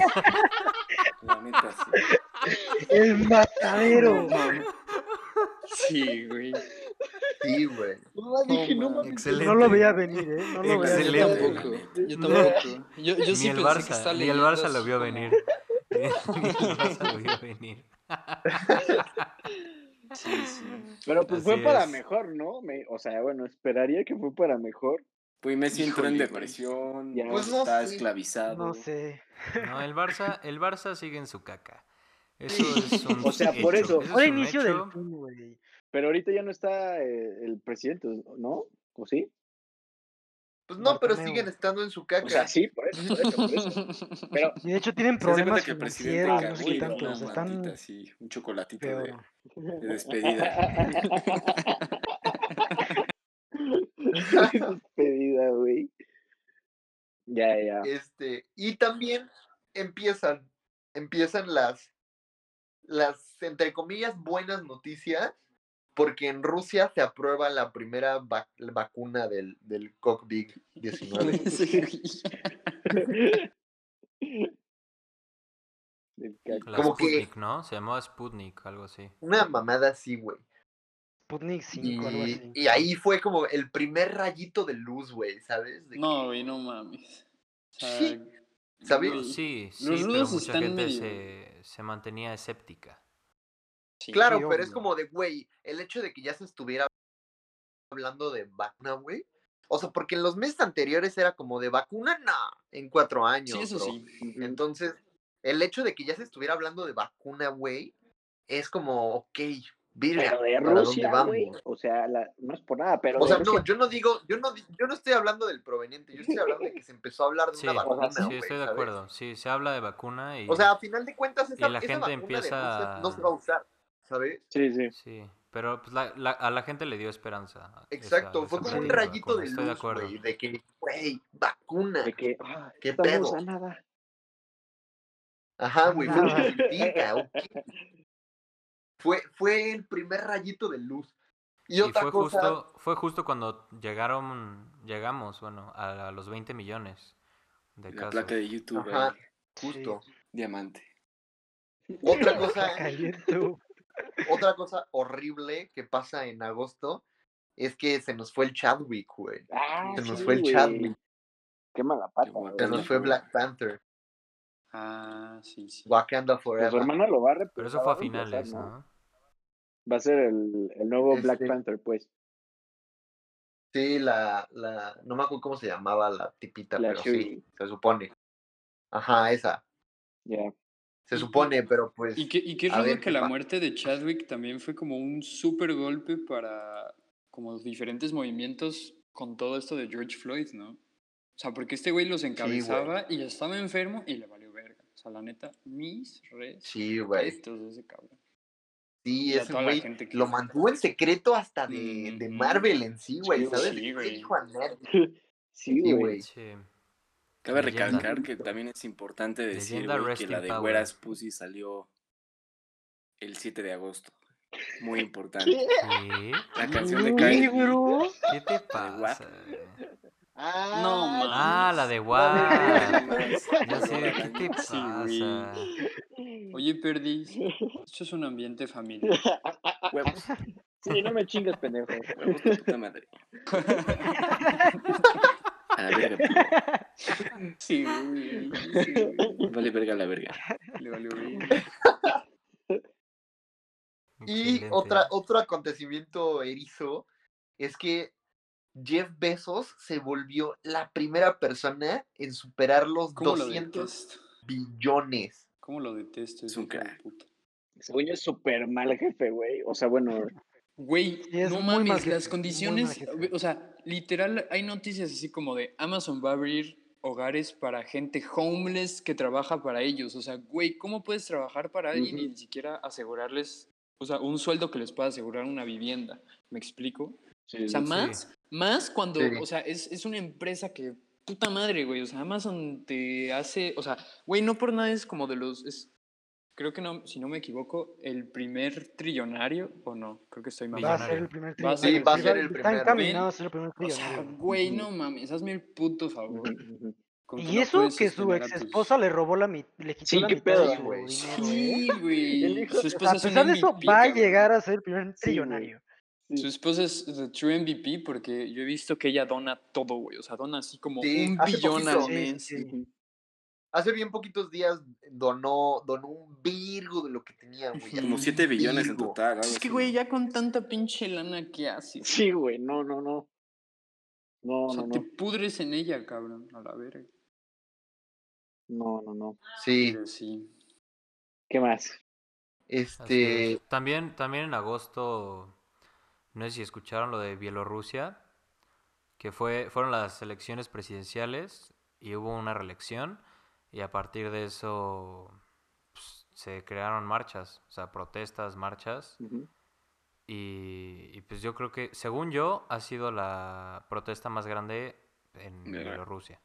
La neta, sí. El matadero. Sí, güey. Sí, güey. No, dije, no mames. Excelente. No lo veía venir, ¿eh? No Yo lo veía venir. Excelente, tampoco. la neta. Yo tampoco. Yo, yo Ni sí pensé el que Barça, estaba ni el leyendo Barça lo así vio como- venir. Ni, ni el Barça lo vio venir. Sí, sí. Pero pues Así fue para es. mejor, ¿no? Me- o sea, bueno, esperaría que fue para mejor. Güey, Messi entró en Híjole, güey. depresión. Ya. Pues no está sé. esclavizado. No sé. No, el Barça, el Barça sigue en su caca. Eso es un O sea, por hecho, eso. es Fue un inicio del hecho. fin, güey. Pero ahorita ya no está eh, el presidente, ¿no? ¿O sí? Pues no, pero Bartomeu. siguen estando en su caca. O sea, sí, por eso, por eso, por eso. Pero, Y de hecho tienen Se hace problemas cuenta que el presidente financieros, no sé cagó qué y tanto, una o sea, están mantita así, un chocolatito de, peor. de despedida. despedida, güey. Ya, ya. Este, y también empiezan, empiezan las, las, entre comillas, buenas noticias, porque en Rusia se aprueba la primera vac- la vacuna del, del COVID-19. Del caca. La Como que- Sputnik, ¿no? Se llamaba Sputnik, algo así. Una mamada así, güey. Sputnik 5, algo Y, así. y ahí fue como el primer rayito de luz, güey, ¿sabes? De que- No, güey, no mames. O sea, Sí, ¿Sabes? güey, Sí, Los sí, pero rudos mucha están gente medio- se, se mantenía escéptica. sí. Claro, Sí, pero es obvio. como de, güey, el hecho de que ya se estuviera hablando de vacuna, güey. O sea, porque en los meses anteriores era como de vacuna, no, en cuatro años. Sí, eso bro. sí. Entonces, el hecho de que ya se estuviera hablando de vacuna, güey, es como, ok, virga, Pero de ¿para dónde Rusia, vamos? güey. O sea, la- no es por nada, pero. O de sea, Rusia- no, yo no digo, yo no, di- yo no estoy hablando del proveniente, yo estoy hablando de que se empezó a hablar de Sí, una vacuna, sí, güey, estoy de ¿sabes? acuerdo. Sí, se habla de vacuna y... O sea, a final de cuentas, esa, la esa gente vacuna empieza- de Rusia no se va a usar, ¿sabes? Sí, sí. Sí, pero pues, la- la- a la gente le dio esperanza. esa- Exacto, esa fue como un plática rayito vacuna, de Estoy de luz, acuerdo. güey, de que, güey, vacuna. De que. Ah, ¿Qué estamos pedo? a nada. Ajá, güey, fue una Nada. mentira, ok. Fue, fue el primer rayito de luz. Y, Y otra fue cosa, justo, fue justo cuando llegaron, llegamos, bueno, a, a los 20 millones de La casos. placa de YouTube, Ajá. ahí, justo, diamante. otra cosa Cayendo. Otra cosa horrible que pasa en agosto es que se nos fue el Chadwick, güey. Ah, Se nos sí, fue el güey. Chadwick, Qué mala pata. Qué guapo. se güey. nos fue Black Panther, Ah, sí, sí. Wakanda Pues su Forever. hermano lo va a reemplazar. Pero eso fue a va reemplazar, finales, ¿no? Va a ser el, el nuevo Black Este- Panther, pues. Sí, la, la, no me acuerdo cómo se llamaba la tipita, La pero Shuri. sí, se supone. Ajá, esa, Ya. se Y- supone, pero pues, Y que, y que es A rudo ver, que la pa- muerte de Chadwick también fue como un súper golpe para como los diferentes movimientos con todo esto de George Floyd, ¿no? O sea, porque este güey los encabezaba y ya estaba enfermo y le valió verga. O sea, la neta, mis respetos sí, güey. de ese cabrón. Sí, Y a ese toda la güey gente que- lo mantuvo en secreto hasta de, de Ujú. Marvel en sí, güey, Sí, ¿sabes? sí, No le güey. dijo a nadie. Sí, Sí, güey. güey. Sí. Cabe Leyenda. recalcar que también es importante decir Leyenda güey, Rest que in la de Power. Güeras Pussy salió el 7 de agosto. Muy importante. ¿Qué? La canción de ¿Qué, Kylie. ¿Qué te What? pasa? No, Ah, mames. Ah, la de Nada Guad. más. Ah, Ya sé, ¿qué te Sí, pasa? güey. Oye, Perdi, esto es un ambiente familiar. Huevos, Sí, no me chingas, pendejo. huevos de puta madre. A la verga, Sí, güey. sí, güey. p- pues, vale verga la verga. Le valió verga. Y Excelente. otra, otro acontecimiento erizo es que Jeff Bezos se volvió la primera persona en superar los ¿Cómo lo 200 detesto? billones. ¿Cómo lo detesto? Es ese un hijo de crack. puta? Según yo es súper mal jefe, güey. O sea, bueno, Güey, Sí, es no muy mal mames, jefe, las muy mal condiciones, jefe. o sea, literal, hay noticias así como de Amazon va a abrir hogares para gente homeless que trabaja para ellos. O sea, güey, ¿cómo puedes trabajar para alguien y Ujú. ni siquiera asegurarles, o sea, un sueldo que les pueda asegurar una vivienda? ¿Me explico? sí, O sea, Sí. más, más cuando, Sí. o sea, es, es una empresa que, puta madre, güey, o sea, Amazon te hace, o sea, güey, no por nada es como de los, es, creo que no, si no me equivoco, el primer trillonario, o no, creo que estoy mal. Va a ser Millonario. el primer Va a trillonario. ser- Sí, va a ser el Está primero. encaminado a ser el primer O sea, trillonario. güey, no mames, hazme el puto favor. ujú. con que Y no eso puedes que su sostener a ex tus- esposa le robó la mitad, le quitó Sí, la qué mitad de pedo, su güey. dinero, ¿eh? Sí, El güey. Su hijo- o sea, O sea, esposa a es un pesar de eso, MVP, va a cabrón. llegar a ser el primer Sí, güey. trillonario. Su esposa es the true MVP porque yo he visto que ella dona todo, güey. O sea, dona así como Sí, un hace billón poquito. al Sí, sí, mes. sí. Hace bien poquitos días donó, donó un virgo de lo que tenía, güey. Como así, 7 billones en virgo. total. algo Es que, así, güey, ¿no? ya con tanta pinche lana que haces. Sí, güey, no, no, no. No, O sea, no, te no. pudres en ella, cabrón. A la verga. No, no, no. Sí, Pero sí. ¿Qué más? Así este. es. También, también en agosto, no sé si escucharon lo de Bielorrusia, que fue, fueron las elecciones presidenciales y hubo una reelección y a partir de eso pues, se crearon marchas, o sea, protestas, marchas. Ujú. Y, y, pues yo creo que, según yo, ha sido la protesta más grande en Verga. Bielorrusia.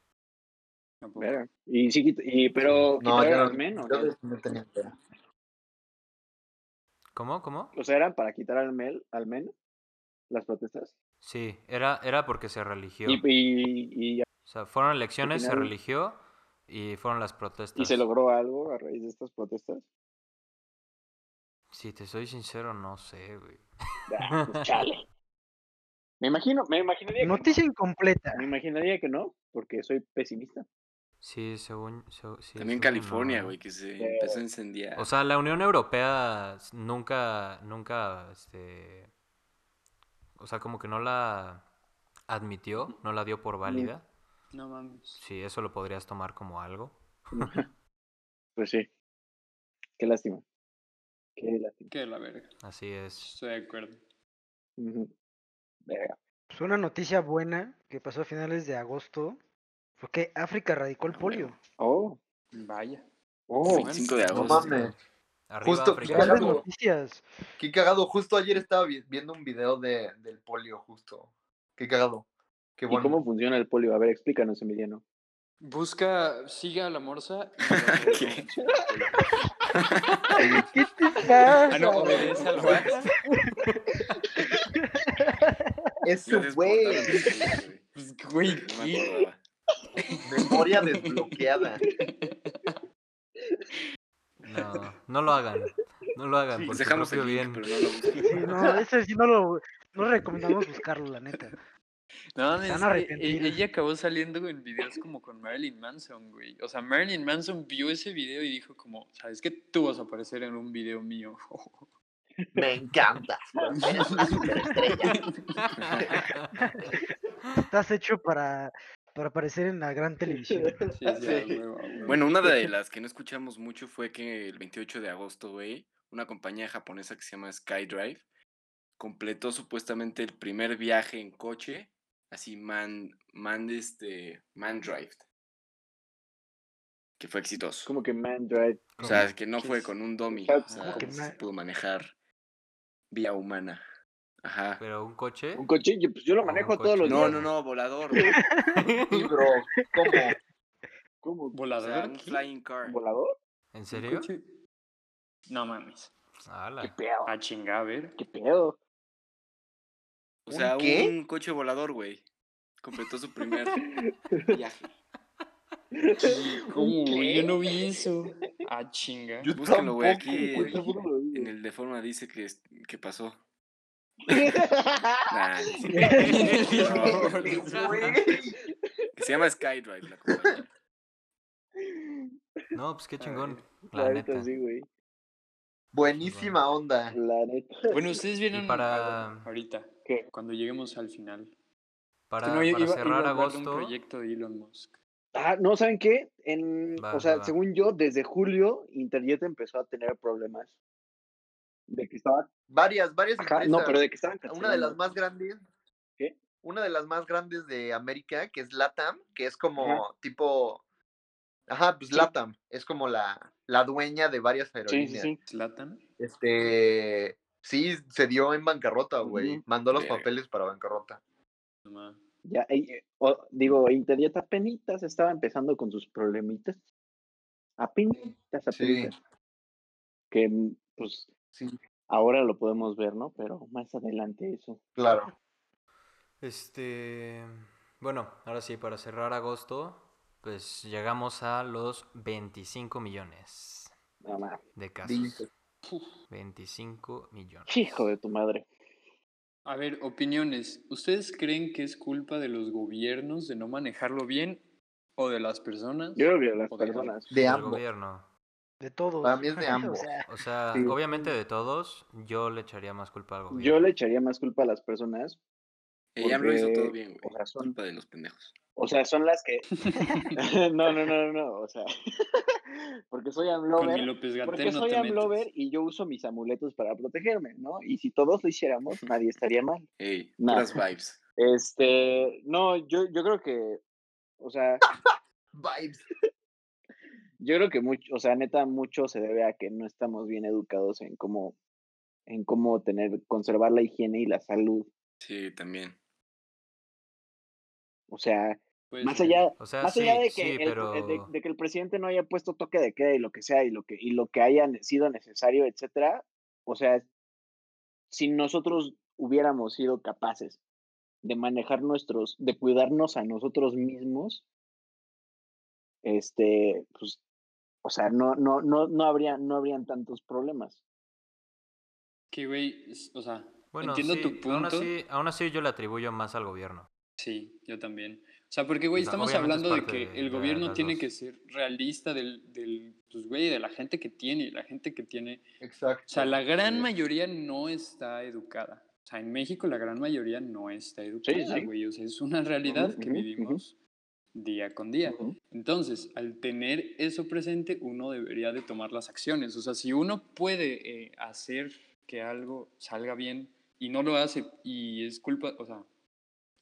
¿a poco? Verga. Y, sí, quit- y pero No, quitaron yo al no, Armen, ¿o yo qué? no tenía idea. ¿Cómo? ¿Cómo? O sea, eran para quitar al MEL, al MEN, las protestas. Sí, era, era porque se religió. Y, y, y, O sea, fueron elecciones, se final- religió y fueron las protestas. y se logró algo a raíz de estas protestas. Si te soy sincero, no sé, güey. Ah, pues, chale. Me imagino, me imaginaría que Noticia incompleta. no. Me imaginaría que no, porque soy pesimista. Sí, según... se- sí, según También California, no. güey, que se empezó a incendiar. O sea, la Unión Europea s- nunca, nunca, este, o sea, como que no la admitió, no la dio por válida. No mames. Sí, eso lo podrías tomar como algo. Pues sí. Qué lástima. Qué lástima. Que la verga. Así es. Estoy de acuerdo. Ujú. Verga. Pues una noticia buena que pasó a finales de agosto fue que África radicó el Ah, bueno. polio. Oh, Vaya. oh. Bueno, 25 de No agosto. mames. Arriba Justo- África. Pues, Grandes cagado. noticias. Qué cagado. Justo ayer estaba vi- viendo un video de, del polio, justo. Qué cagado. Qué ¿Y bueno. cómo funciona el polio? A ver, explícanos, Emiliano. Busca, siga a la morsa. y verá ¿Qué? cómo funciona el pollo. ¿Qué te pasa? Ah, no, obedece al Juan. Eso, Gracias por güey. darme ese dato, güey. Pues, Güey, No me ¿qué? acordaba. Memoria desbloqueada. No, no lo hagan. No lo hagan, Les por su dejamos propio el link, bien. Sí, pero no lo busquen. no, ese sí no lo no recomendamos buscarlo, la neta. No, Se van es a que e- arrepentir. ella acabó saliendo en videos como con Marilyn Manson, güey. O sea, Marilyn Manson vio ese video y dijo como, ¿sabes qué? Tú vas a aparecer en un video mío. Me encanta. Eres una superestrella. Estás hecho para, para aparecer en la gran televisión. Sí, ya, Sí. huevo, a huevo. Bueno, una de las que no escuchamos mucho fue que el 28 de agosto, güey, una compañía japonesa que se llama SkyDrive completó supuestamente el primer viaje en coche, así man, man, este, man drive, que fue exitoso. Como que man drive. O sea, Como- que no ¿Qué fue es? con un dummy, Ajá, o sea, ¿cómo que se man- pudo manejar vía humana. Ajá. Pero un coche. Un coche, yo, pues yo lo Un manejo todos coche. los No, días. no, no, volador, güey. Sí, bro. ¿Cómo? ¿Cómo? O sea, ¿Volador? un ¿Qué? flying car. ¿Un volador? ¿En ¿Un serio? coche? No mames. ¿Qué Ala. pedo? A chingar, a ver. ¿Qué pedo? O sea, ¿Un qué? un coche volador, güey. Completó su primer viaje. ¿Cómo, güey? qué? Yo no vi eso. A chinga. Yo Búsquenlo, güey, tampoco, aquí güey. en- Seguro lo vi, En güey. el de forma dice que, es- que pasó. Nah, ni siquiera. No, no, no. que se llama Skydrive la compañía. No, pues qué chingón. La La neta. neta, sí, güey. Buenísima onda. La neta. Bueno, ustedes vieron ah, para- bueno, ahorita, ¿Qué? cuando lleguemos al final. Para, No, yo para iba- cerrar iba a hablar de agosto. Un proyecto de Elon Musk. Ah, no, ¿saben qué? En, Va, o sea, va, va. según yo, desde julio, Interjet empezó a tener problemas. De que estaba. Varias, varias Ajá, empresas. no, pero de que estaban. Una de las cancelando. más grandes. ¿Qué? Una de las más grandes de América, que es LATAM, que es como tipo. Ajá, pues LATAM. Es como la, la dueña de varias Sí, sí, aerolíneas. sí. ¿Zlatan? Este. Sí, se dio en bancarrota, güey. Ujú. Mandó los Verga. papeles para bancarrota. No mames. Ya, ey, eh, o- digo, Interjet apenitas estaba empezando con sus problemitas. Apenitas, Sí, apenitas. Que, mm, pues, sí, ahora lo podemos ver, ¿no? Pero más adelante eso. claro. Este, bueno, ahora sí, para cerrar agosto, pues llegamos a los 25 millones Nada más. de Dice. casos. 25 millones. Hijo de tu madre. A ver, opiniones. ¿Ustedes creen que es culpa de los gobiernos de no manejarlo bien o de las personas? Yo creo que las Joder. personas. De Del ambos. gobierno. De todos. Para mí es de O ambos. sea, O sea, Sí. obviamente de todos, yo le echaría más culpa al gobierno. Yo le echaría más culpa a las personas. Ella lo hizo todo porque, bien, O güey. sea, son, Culpa de los pendejos. o sea, son las que. no, no, no, no. O sea, porque soy Con mi Amlover. López Porque Gatel no soy te metes. Amlover y yo uso mis amuletos para protegerme, ¿no? Y si todos lo hiciéramos, nadie estaría mal. Ey, Nah. puras vibes. Este, no, yo, yo creo que, o sea, Vibes. yo creo que mucho, o sea, neta, mucho se debe a que no estamos bien educados en cómo, en cómo tener, conservar la higiene y la salud. Sí, también. O sea, Puede más ser. allá, O sea, más sí, allá de que, sí, el, pero... eh, de, de que el presidente no haya puesto toque de queda y lo que sea, y lo que, y lo que haya ne- sido necesario, etcétera, o sea, si nosotros hubiéramos sido capaces de manejar nuestros, de cuidarnos a nosotros mismos, este, pues, o sea, no, no, no, no habría, no habrían tantos problemas. Que, güey, es- o sea, Bueno, entiendo sí, tu Aún punto. así, aún así yo le atribuyo más al gobierno. Sí, yo también. O sea, porque, güey, O sea, estamos obviamente es hablando de parte que de- el de gobierno las tiene dos. que ser realista del, del, pues, güey, de la gente que tiene, la gente que tiene. Exacto. este, O sea, la gran Sí. mayoría no está educada. O sea, en México la gran mayoría no está educada, sí. güey. O sea, es una realidad Ujú, que ujú, ujú. vivimos día con día. Entonces, al tener eso presente, uno debería de tomar las acciones. O sea, si uno puede eh, hacer que algo salga bien y no lo hace y es culpa, o sea,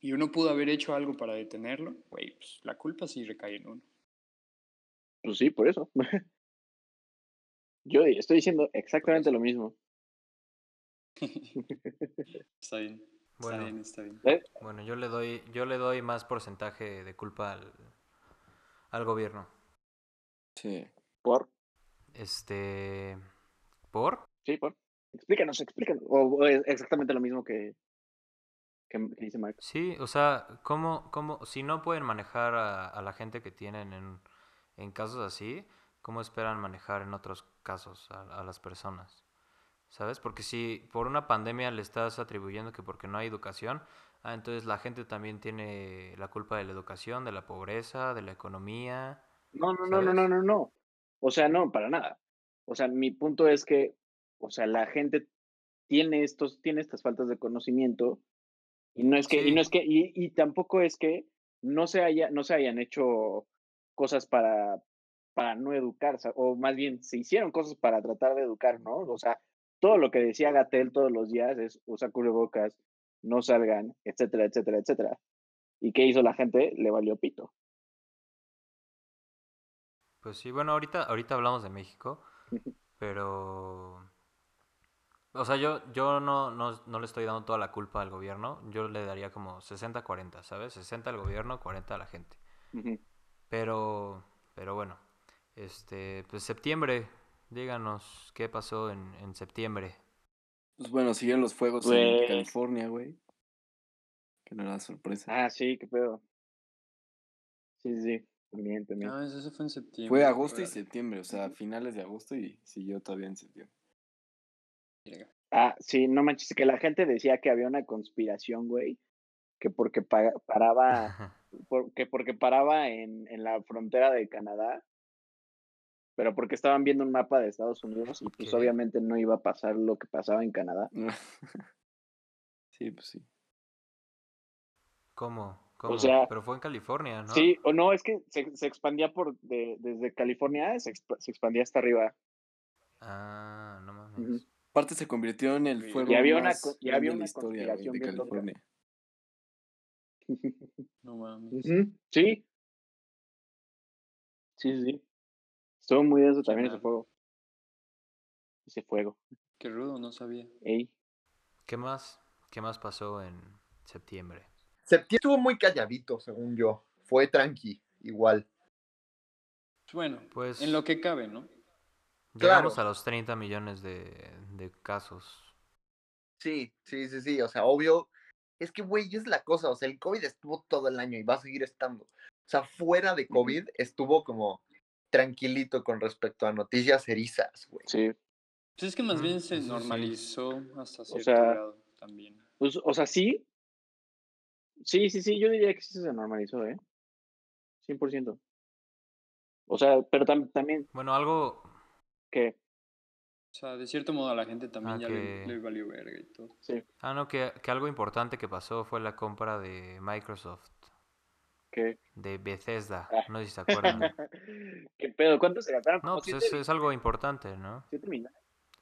y uno pudo haber hecho algo para detenerlo, güey, pues la culpa sí recae en uno. Pues sí, por eso. Yo estoy diciendo exactamente lo mismo. Está bien, está bien, Bueno, está bien. bueno, yo le doy, yo le doy más porcentaje de culpa al, al gobierno. Sí. Por, Este, ¿por? sí, por. Explícanos, explícanos. O, o es exactamente lo mismo que, que, que dice Marco. Sí, o sea, ¿cómo, cómo, si no pueden manejar a, a la gente que tienen en, en casos así, ¿cómo esperan manejar en otros casos a, a las personas? ¿Sabes? Porque si por una pandemia le estás atribuyendo que porque no hay educación, ah, entonces la gente también tiene la culpa de la educación, de la pobreza, de la economía. No, no, no, no, no, ¿Sabes? no, no. O sea, no, para nada. O sea, mi punto es que, o sea, la gente tiene estos, tiene estas faltas de conocimiento y no es que, y no Sí. es que, y, y tampoco es que no se haya, no se hayan hecho cosas para, para no educar, sa- o más bien se hicieron cosas para tratar de educar, ¿no? O sea, todo lo que decía Gatel todos los días es usa cubrebocas, no salgan, etcétera, etcétera, etcétera. ¿Y qué hizo la gente? Le valió pito. Pues sí, bueno, ahorita, ahorita hablamos de México, pero... O sea, yo, yo no, no, no le estoy dando toda la culpa al gobierno, yo le daría como 60-40, ¿sabes? 60 al gobierno, 40 a la gente. Ujú. Pero, pero bueno, este, pues septiembre, díganos qué pasó en, en septiembre. Pues bueno, siguieron los fuegos Pues- en California, güey. Que no era sorpresa. Ah, sí, qué pedo. Sí, sí, sí, también, también. Ah. No, eso fue en septiembre. Fue agosto y órale. septiembre, o sea, finales de agosto y siguió todavía en septiembre. Ah, sí, no manches, que la gente decía que había una conspiración, güey, que porque pa- paraba, por- que porque paraba en, en la frontera de Canadá, pero porque estaban viendo un mapa de Estados Unidos y pues Ok. obviamente no iba a pasar lo que pasaba en Canadá. sí, pues sí. ¿Cómo? ¿Cómo? sea, Pero fue en California, ¿no? Sí, o no, es que se, se expandía por de- desde California, se, exp- se expandía hasta arriba. Ah, no mames. Ujú. Aparte se convirtió en Y el fuego había una más co- y grande había de la una historia, güey, conspiración de bien loca. California. No mames. Ujú, Sí, sí, sí. Estuvo muy denso Qué también ese raro. fuego. Ese fuego. Qué rudo, no sabía. Ey. ¿Qué más? ¿Qué más pasó en septiembre? Septiembre estuvo muy calladito, según yo. Fue tranqui, igual. Bueno, Pues en lo que cabe, ¿no? llegamos Claro. a los 30 millones de, de casos. Sí, sí, sí, sí. O sea, obvio. Es que, güey, es la cosa. O sea, el COVID estuvo todo el año y va a seguir estando. O sea, fuera de COVID estuvo como tranquilito con respecto a noticias erizas, güey. Sí. Pues es que más Mm, bien se eso sí. normalizó hasta cierto sea, grado también. Pues, o sea, sí. Sí, sí, sí, yo diría que sí se normalizó, ¿eh? 100%. O sea, pero tam- también Bueno, algo que, O sea, de cierto modo a la gente también Ah, ya le, que- le valió verga y todo. sí, Ah, no, que, que algo importante que pasó fue la compra de Microsoft, que... de Bethesda, Ah. no sé si se acuerdan. ¿Qué pedo? ¿Cuánto se gastaron? Como No, pues siete es, es algo importante, ¿no? siete millones.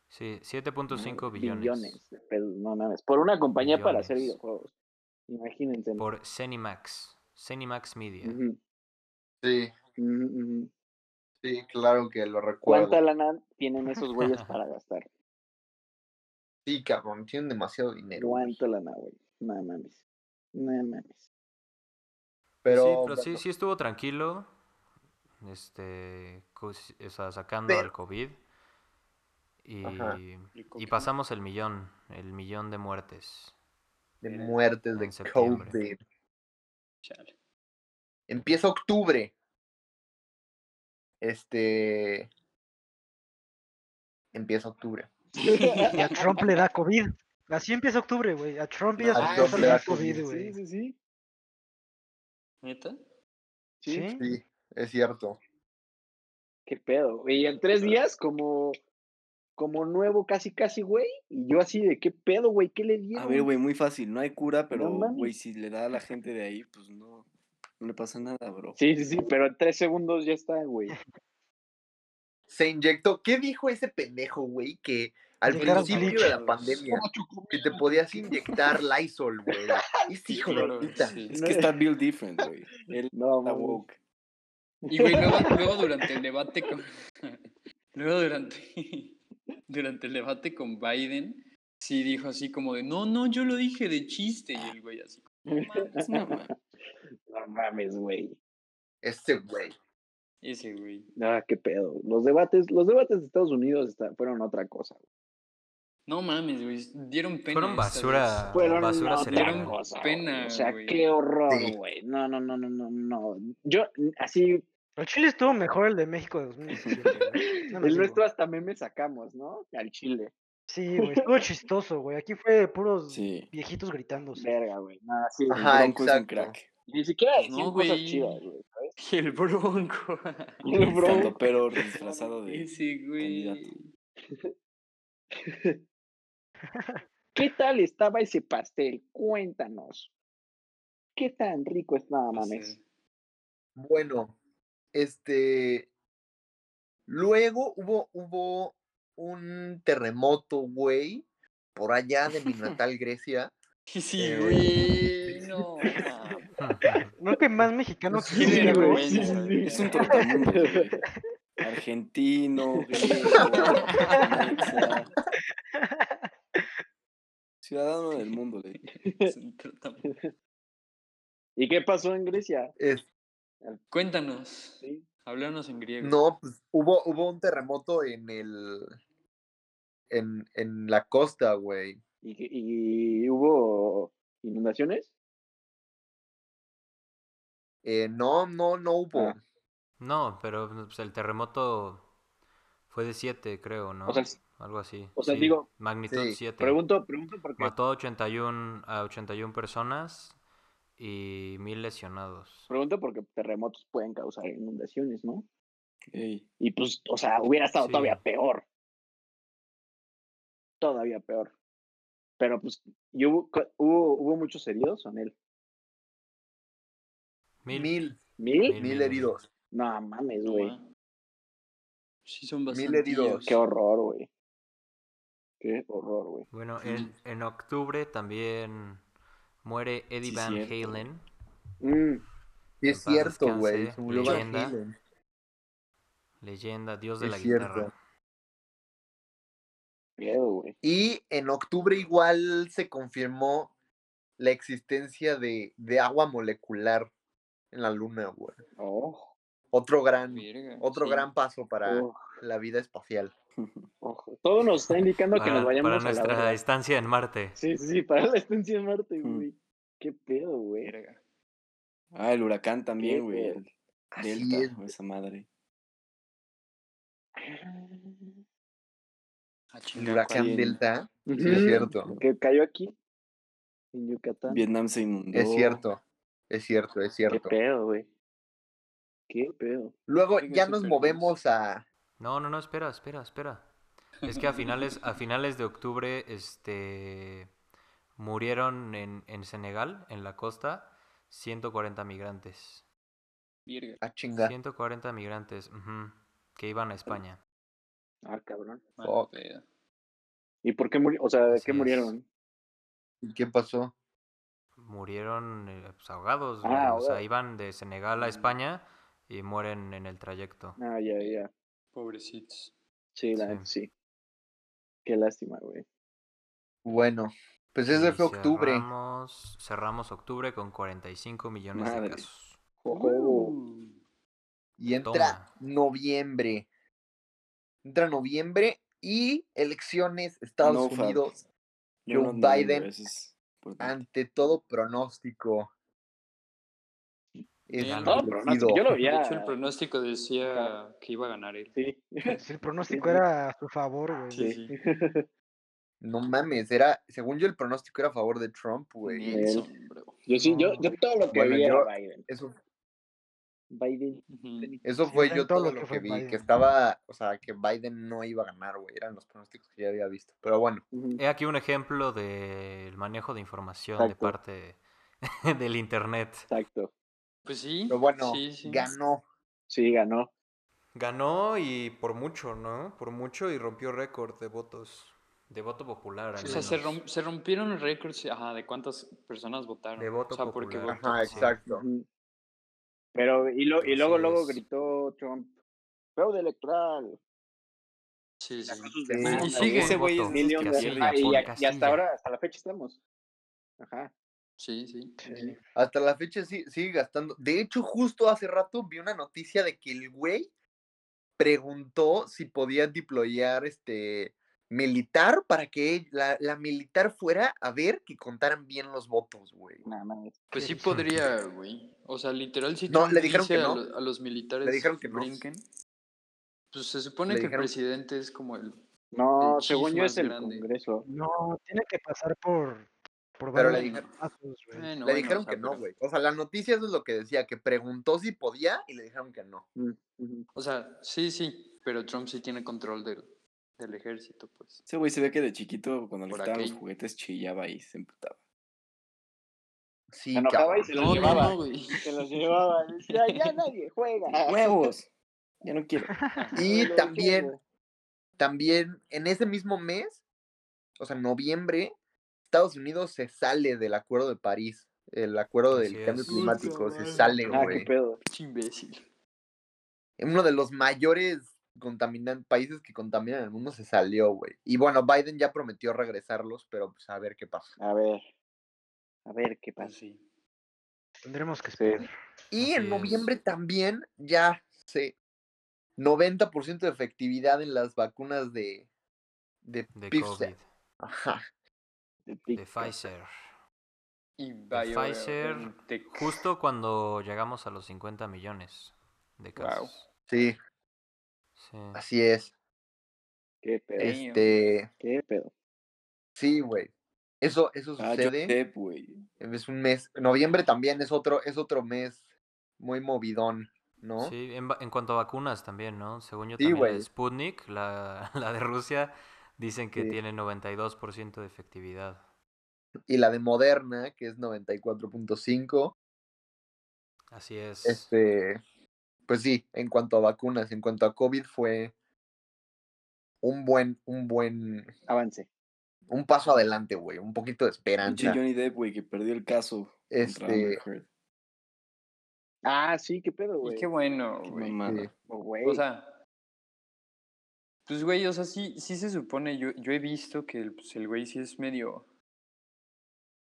Sí, 7.5 billones, Billones de pesos, no mames. Por una compañía para hacer Billones. videojuegos. Imagínense. por Cenimax, Cenimax Media. Pues Ujú, Sí, ujú, ujú. sí, claro que lo recuerdo. ¿Cuánta lana tienen esos güeyes para gastar? Sí, cabrón, tienen demasiado dinero. güey. ¿Cuánto lana, güey? No mames. No mames. Pero, sí, pero sí, bueno, sí estuvo tranquilo, este, cos- o sea, sacando Pero- al COVID. Y, Ajá. y pasamos el millón, el millón de muertes. de Era muertes en de septiembre. COVID. Chale. Empieza octubre. Este. Empieza octubre. Y a Trump le da COVID. Así empieza octubre, güey. A Trump y a No, su a esposa Trump le le da da COVID, COVID, güey. Sí, sí, sí. ¿Neta? sí. ¿Sí? Sí, es cierto. Qué pedo. Y en tres días, como, como nuevo, casi, casi, güey. Y yo así de qué pedo, güey, ¿qué le dieron? A ver, güey, muy fácil. No hay cura, pero, mames. güey, si le da a la gente de ahí, pues no, no le pasa nada, bro. Sí, sí, sí, pero en tres segundos ya está, güey. Se inyectó. ¿Qué dijo ese pendejo, güey? Que al Inyectaron principio bleach. de la pandemia que te podías inyectar Lysol, güey. Es Sí, hijo de claro, puta. sí. Es que está built different, güey. Él No, está mames. woke. Y güey, luego, luego durante el debate con. luego durante. durante el debate con Biden, sí dijo así como de: No, no, yo lo dije de chiste. Y el güey así. "No mames, no mames". No mames, güey. Este güey. Ese güey. Ah, qué pedo. Los debates, los debates de Estados Unidos está- fueron otra cosa. güey. No mames, güey. Dieron pena. Fueron esta vez. basura, Fueron basura otra cerebral. Dieron cosa. güey. pena, o sea, güey. qué horror, Sí. güey. No, no, no, no, no, no. Yo, así, El Chile estuvo mejor el de México de 2017, güey. No me el digo. nuestro hasta meme sacamos, ¿no? Al chile. Sí, güey. Estuvo chistoso, güey. Aquí fue puros Sí. viejitos gritándose. Verga, güey. Nada, sí. El Ajá, bronco es un exacto. crack. Ni siquiera Pues decían no, cosas güey. chidas, güey. ¿sabes? Y el bronco. El El bronco. pero disfrazado de. Ese güey. Candidato. ¿Qué tal estaba ese pastel? Cuéntanos. ¿Qué tan rico estaba, No sé. mames? Bueno, este. Luego hubo, hubo un terremoto, güey, por allá de mi natal Grecia. Sí, sí, Eh, güey. No mames. No que más mexicano que Qué Sí, sí, güey. sí, vergüenza, sí, sí. güey. Es un trotamundo, güey. Argentino, griego, mexa. Ciudadano del mundo, güey. Es un trotamundo. ¿Y qué pasó en Grecia? Es- Cuéntanos. Sí. Háblanos en griego. no, pues hubo, hubo un terremoto en el. En, en la costa, güey. ¿Y, qué- y hubo inundaciones? Eh, no, no, no hubo. Ah. No, pero pues, el terremoto fue de 7, creo, ¿no? O sea, s- Algo así. o sea, sí, digo, Magnitud sí, 7. Pregunto, pregunto porque Mató a 81, a 81 personas y mil lesionados. pregunto porque terremotos pueden causar inundaciones, ¿no? Ey, Y pues, o sea, hubiera estado Sí. todavía peor. Todavía peor. Pero pues, ¿y hubo, cu- hubo, hubo muchos heridos en él? Mil. Mil, ¿Mil? mil heridos. No mames, No güey. mames. Sí, son Mil bastante. heridos. Qué horror, güey. Qué horror, güey. Bueno, en, en octubre también muere Eddie Sí, Van cierto. Halen. Mm, Sí, En es paz cierto, güey. descanse, se murió Van leyenda. Halen. Leyenda, dios de Es la cierto. guitarra. miedo, güey. Y en octubre igual se confirmó la existencia de, de agua molecular en la luna, güey. Oh, Otro gran, Verga, otro sí. gran paso para oh, la vida espacial. oh. Todo nos está indicando que Para, nos para vayamos a la nuestra verga. estancia en Marte. Sí, sí, sí, para la estancia en Marte, Mm. güey. Qué pedo, güey. Verga. Ah, el huracán también, güey. pedo. El Así es. Delta, o esa madre. A El chingar, huracán Sí, en- Delta. Sí, es Ujú. cierto. Mm, Que cayó aquí, en Yucatán. Vietnam se inundó. Es cierto. Es cierto, es Qué cierto. pedo, güey. Qué pedo. Luego Verga, ya nos superluz. movemos a. No, no, no, espera, espera, espera. Es que a finales, a finales de octubre, este, murieron en, en Senegal, en la costa, 140 migrantes. Verga. a chinga. 140 migrantes, ujú, que iban a España. Ah, cabrón. Mala Fuck. peda. ¿Y por qué murieron? O sea, ¿de Así qué es. murieron? ¿Y ¿Qué pasó? Murieron eh, pues, ahogados, Ah, güey, o sea, ahogados. iban de Senegal a Mm. España y mueren en el trayecto. Ah, ya, ya. Pobrecitos. Sí, la Sí. neta, sí. Qué lástima, güey. Bueno, pues ese Y fue Ah, octubre. Cerramos, cerramos octubre con 45 millones de Madre. casos. Oh. Ojo. Uh. Y entra Toma. noviembre. Entra noviembre y elecciones Estados No, Fab. Unidos Yo Joe no ando, Biden. güey, eso es importante. ante todo pronóstico. Es Bien. elegido. No, pero no, yo lo De veía. hecho, el pronóstico decía que iba a ganar él. Sí. Pues El pronóstico sí. era a su favor, güey. Sí, sí. No mames, era, según yo el pronóstico era a favor de Trump, güey. Nelson, bro. Yo sí, yo, No. yo todo lo que Bueno, veía yo- era Biden. Eso, Biden. Ujú. eso Sí, fue era en yo todo, lo que, fue vi, Biden. que estaba, o sea, que Biden no iba a ganar, güey. Eran los pronósticos que ya había visto. Pero bueno, Ujú. He aquí un ejemplo del manejo de información Exacto. de parte del internet. Exacto. Pues sí. pero bueno, sí, sí. ganó. Sí, ganó. Ganó y por mucho, ¿no? Por mucho y rompió récord de votos. De voto popular, al O sea, se, menos. rom- se rompieron récords ajá, de cuántas personas votaron. De voto o sea, porque popular. votó- Ajá, sí. exacto. Ujú. Pero, y, lo, y Así luego, luego es. gritó Trump, fraude electoral. Sí, sí. Sacó sus Sí. Y demandas, güey. sigue. Ese güey es de esos Million que de- pierde y ah, y, apoya. y hasta Castilla. ahora, hasta la fecha estamos. Ajá. Sí, sí. Sí. Hasta la fecha sí, sigue gastando. De hecho, justo hace rato vi una noticia de que el güey preguntó si podía deployar este militar para que e, la, la militar fuera a ver que contaran bien los votos, güey. Nada más. Pues sí Sí. podría, güey. O sea, literal, si No, Trump le dijeron dice que no. a, lo- a los militares Le dijeron que no. brinquen, pues se supone Le que dijeron- el presidente es como el... No, El chief según yo es más el grande. Congreso. No, tiene que pasar por, por Pero varios le Bueno. dijeron, pasos, güey. Bueno, le bueno, dijeron o sea, que no, pero- güey. O sea, la noticia eso es lo que decía, que preguntó si podía y le dijeron que no. Mm, ujú. O sea, sí, sí, pero Trump sí tiene control del, del ejército, pues. Ese güey se ve que de chiquito, cuando le Por quitaban los aquí. juguetes, chillaba y se emputaba. Sí, Se enojaba y cabrón. se los No, no, llevaba. no, güey. Se los llevaba. Decía, ya nadie juega. ¡Huevos! Ya no quiero. Y Lo también, quiero. también en ese mismo mes, o sea, noviembre, Estados Unidos se sale del Acuerdo de París, el Acuerdo Así del Cambio es. Climático, Puta se madre. sale, Ah, qué güey. pedo. Pinche imbécil. uno de los mayores contaminan- países que contaminan el mundo se salió, güey. Y bueno, Biden ya prometió regresarlos, pero pues a ver qué pasa. A ver. A ver qué Pues pasa. sí. Tendremos que Sí. esperar. Y Así en es. noviembre también ya se 90% de efectividad en las vacunas de de, De Pfizer. COVID. Ajá. De De pic- Pfizer. Y De Pfizer. BioNTech. Justo cuando llegamos a los 50 millones de Wow. casos. Sí, Sí. así es. Qué pedo. Damn. Este, Qué pedo. sí, güey. Eso eso Ah, Johnny sucede, Depp, güey. es un mes. Noviembre también es otro es otro mes muy movidón, ¿no? Sí, en, va- en cuanto a vacunas también, ¿no? Según yo Sí, también la güey. de Sputnik, la, la de Rusia, dicen que Sí. tiene 92% de efectividad. y la de Moderna, que es 94.5. Así es. Este, pues sí, en cuanto a vacunas, en cuanto a COVID fue un buen, un buen, Avance. un paso adelante, güey, un poquito de Pinche esperanza. Johnny Depp, güey, que perdió el caso contra Amber Este, Heard. Ah, sí, qué pedo, Y güey. qué bueno, Qué güey. sí, mamada. Oh, güey. O sea, pues güey, o sea, sí, sí se supone, yo, yo he visto que el, pues, el güey sí es medio...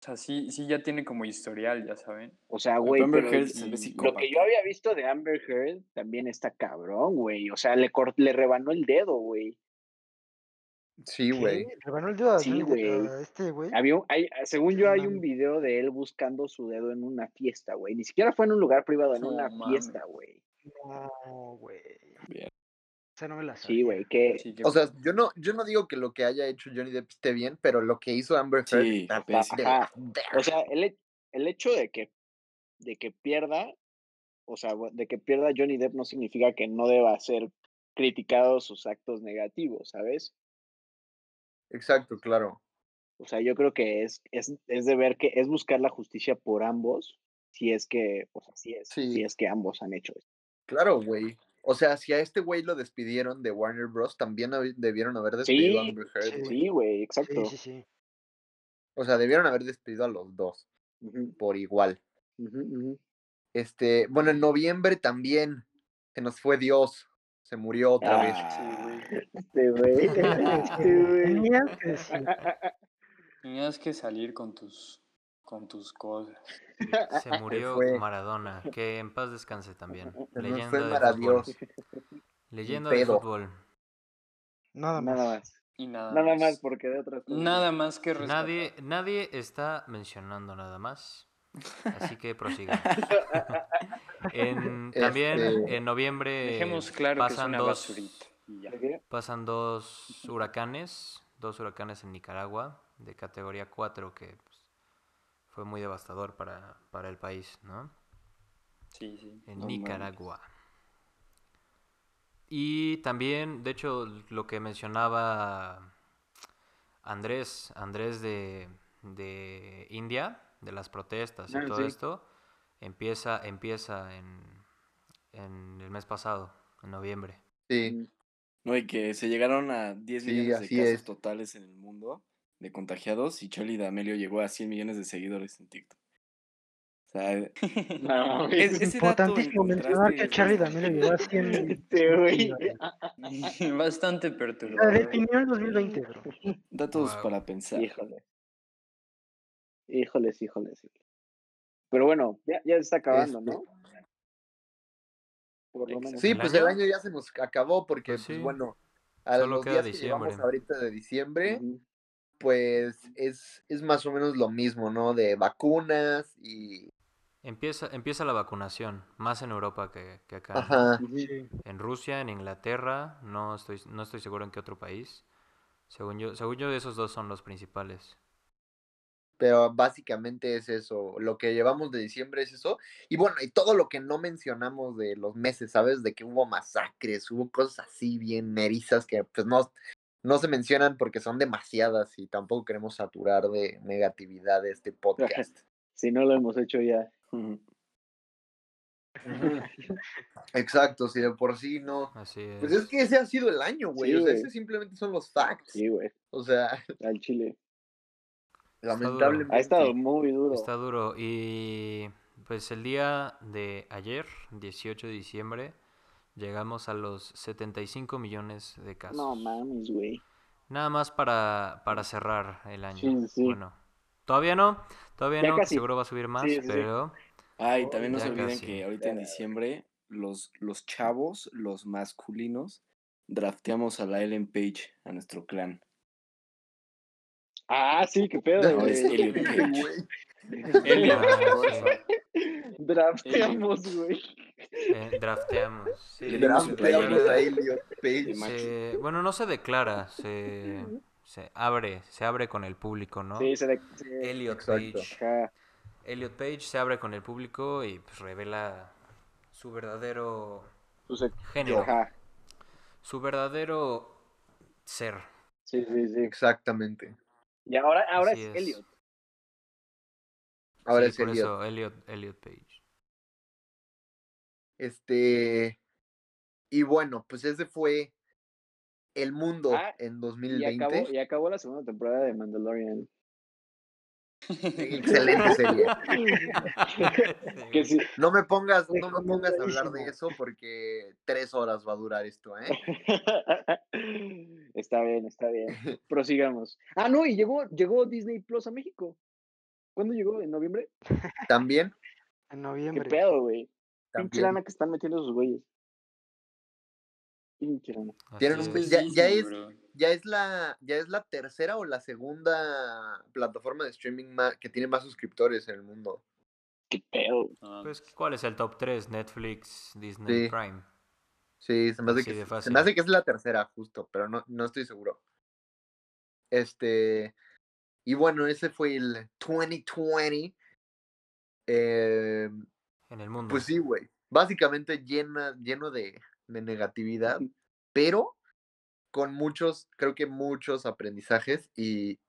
O sea, sí, sí ya tiene como historial, ya saben. O sea, Pero güey, Amber pero Heard se ve lo que lo psicópata. que yo había visto de Amber Heard también está cabrón, güey. O sea, le, cort- le rebanó el dedo, güey. sí, ¿Qué? güey. ¿Le ganó el dedo a, Sí, Johnny- güey. a este, güey? Había un- hay- según yo, hay un Mames. video de él buscando su dedo en una fiesta, güey. Ni siquiera fue en un lugar privado, en No una mames. fiesta, güey. No, güey. Bien. O sea, no me la Sí, sabía. güey, que Sí, qué Eh, O sea, bueno. yo no, yo no digo que lo que haya hecho Johnny Depp esté bien, pero lo que hizo Amber Heard Sí, está pésimo. de la pues, Ajá. verga. O sea, el, he- el hecho de que, de que pierda, o sea, bu- de que pierda Johnny Depp no significa que no deba ser criticado sus actos negativos, ¿sabes? Exacto, claro. O sea, yo creo que es, es, es de ver que es buscar la justicia por ambos, si es que, o sea, si es, Sí. si es que ambos han hecho esto. Claro, güey. O sea, si a este güey lo despidieron de Warner Bros., también hab- debieron haber despedido a Sí, Amber Heard. sí. güey. Sí, güey, Sí, exacto. sí, sí. O sea, debieron haber despedido a los dos Ujú, por igual. ujú, ujú. Este, bueno, en noviembre también se nos fue Dios, se murió otra vez. Ah, Este güey, este güey. Tenías que decir. Tenías que salir con tus, con tus cosas. Se murió fue. Maradona, que en paz descanse también. Se me Leyenda fue de Maradios. fútbol. Leyenda de pedo. fútbol. Nada más. Nada más. Y nada, Nada más. más porque de otras cosas. Nada más que rescatar. Nadie, nadie está mencionando nada más. Así que prosiga. En- también Este, en noviembre Dejemos claro que es eh, pasan una dos, basurita. Y ya. ¿De qué? pasan dos huracanes, dos huracanes en Nicaragua de categoría 4 que pues, fue muy devastador para, para el país, ¿no? Sí, sí. En No mames. Nicaragua. Y también, de hecho, lo que mencionaba Andrés, Andrés de, de India, de las protestas y Ah, todo sí. esto, empieza, empieza en, en el mes pasado, en noviembre. Sí, No, y que se llegaron a 10 Sí, millones de así casos es. totales en el mundo de contagiados y Charlie D'Amelio llegó a 100 millones de seguidores en TikTok. O sea, eh, es- No, güey. ese dato en Importantísimo mencionar contraste que a es Charlie bastante- D'Amelio llegó a 100 Este, güey. Bastante La perturbador. definió en 2020, bro. Datos Wow. para pensar. Híjole. Híjoles, híjoles, híjoles. Pero bueno, ya, ya se está acabando, Este, ¿no? Por lo menos. sí, ¿El pues el año? año ya se nos acabó porque, Pues pues, sí. bueno, a Solo los queda días que llevamos diciembre. ahorita de diciembre, Ujú. pues es, es más o menos lo mismo, ¿no? De vacunas y... Empieza, empieza la vacunación, más en Europa que, que acá. ¿no? Ajá, Sí. En Rusia, en Inglaterra, no estoy, no estoy seguro en qué otro país. Según yo, según yo, esos dos son los principales. pero básicamente es eso. Lo que llevamos de diciembre es eso. Y bueno, y todo lo que no mencionamos de los meses, ¿sabes? De que hubo masacres, hubo cosas así bien merizas que pues no, no se mencionan porque son demasiadas y tampoco queremos saturar de negatividad este podcast. Si no lo hemos hecho ya. Ujú. Exacto, si de por sí no. Así Pues es que ese ha sido el año, güey. Sí, o sea, güey. ese simplemente son los facts. Sí, güey. O sea, Al chile. lamentablemente. Ha estado muy duro. Está duro. Y pues el día de ayer, 18 de diciembre, llegamos a los 75 millones de casos. No mames, güey. Nada más para, para cerrar el año. Sí, sí. Bueno, todavía no, todavía Ya no, que casi. seguro va a subir más, Sí, sí, sí. pero Ah, y también no Oh, Ya se olviden casi. que ahorita en diciembre los, los chavos, los masculinos, drafteamos a la Ellen Page a nuestro clan. Ah, sí, qué pedo, Ahora es güey. Ellen Page. Güey, Elian Ah, Mendoza. Drafteamos, güey. eh, drafteamos. Sí, Le dimos su drafteamos playerita. a Elliot Page. Max. se- bueno, no se declara, se, se abre, se abre con el público, ¿no? Sí, se de... se- Elliot Exacto. Page. Ajá. Elliot Page se abre con el público y pues, revela su verdadero Pues, eh, género, Ajá. su verdadero ser. Sí, sí, sí. Exactamente. Y ahora, ahora Así es es. Elliot. Ahora Sí, es por Elliot. eso, Elliot, Elliot Page. Este. Y bueno, pues ese fue el mundo Ah, en Y acabó, 2020. y acabó la segunda temporada de Mandalorian. Excelente serie. Que sí, No me pongas, Güey, no me pongas a hablar de recomendadísima. eso porque tres horas va a durar esto, ¿eh? está bien, está bien. Prosigamos. Ah, no, y llegó, llegó Disney Plus a México. ¿Cuándo llegó? ¿En noviembre? También, En ¿Qué noviembre. pedo, güey? Pinche también. lana que están metiendo esos güeyes. Pinche lana. Tienen Así un- es. ya- ya Disney, es- bro. Ya es la, ya es la tercera o la segunda plataforma de streaming ma- que tiene más suscriptores en el mundo. ¿Qué pedo? No, Pues, ¿cuál es el top 3? Netflix, Disney, Sí. Prime. Sí, se me hace Así que de es- se fácil. me hace que es la tercera, justo, pero no, no estoy seguro. Este, y bueno, ese fue el 2020. Eh, En el mundo. Pues sí, güey. Básicamente llena, lleno de, de negatividad, pero con muchos, creo que muchos aprendizajes y,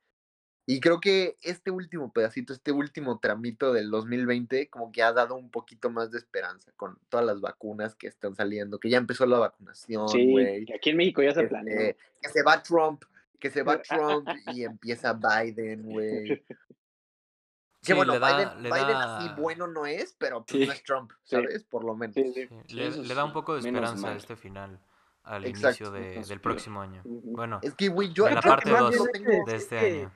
y creo que este último pedacito, este último tramito del 2020 como que ha dado un poquito más de esperanza con todas las vacunas que están saliendo, que ya empezó la vacunación, Sí, güey. que aquí en México ya se este, planeó. que se va Trump, que se va Trump y empieza Biden, güey. Sí, Que bueno, le da- Biden, le Biden da- así bueno no es, pero pues Sí. no es Trump, ¿sabes? Por lo menos. Sí, sí. Sí, Sí, le, eso le da un sí, poco de menos esperanza a mal. este final al Exacto. inicio de- Nos del peor. próximo año. Ujú. Bueno, Es que, güey, yo De yo la creo parte que más dos. bien es tengo- de que- este es que año.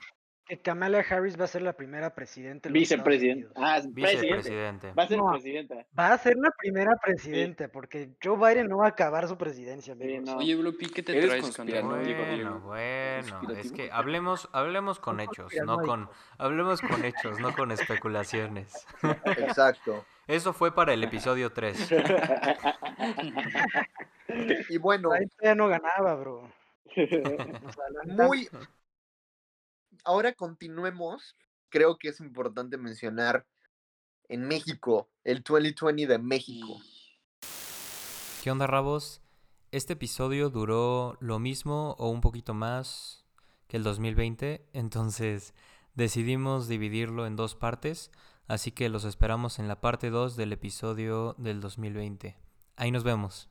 que Kamala Harris va a ser la primera presidenta. de los Estados Vicepresidente. Unidos. Ah, presidente. Vicepresidente. Va a ser No. presidenta. Va a ser la primera presidenta, porque Joe Biden no va a acabar su presidencia, Sí, amigos. no. Oye, Blopi, ¿qué te Eres traes con conspiranoico, Diego, Bueno, Diego. bueno, es Conspirativo. que hablemos, hablemos con hechos, no con, hablemos con hechos, no con especulaciones. Exacto. Eso fue para el episodio 3. Y bueno, Biden todavía no ganaba, bro. Nos adelantamos. muy... Ahora continuemos. Creo que es importante mencionar en México, el 2020 de México. ¿Qué onda, Rabos? Este episodio duró lo mismo o un poquito más que el 2020, entonces decidimos dividirlo en dos partes, así que los esperamos en la parte 2 del episodio del 2020. Ahí nos vemos.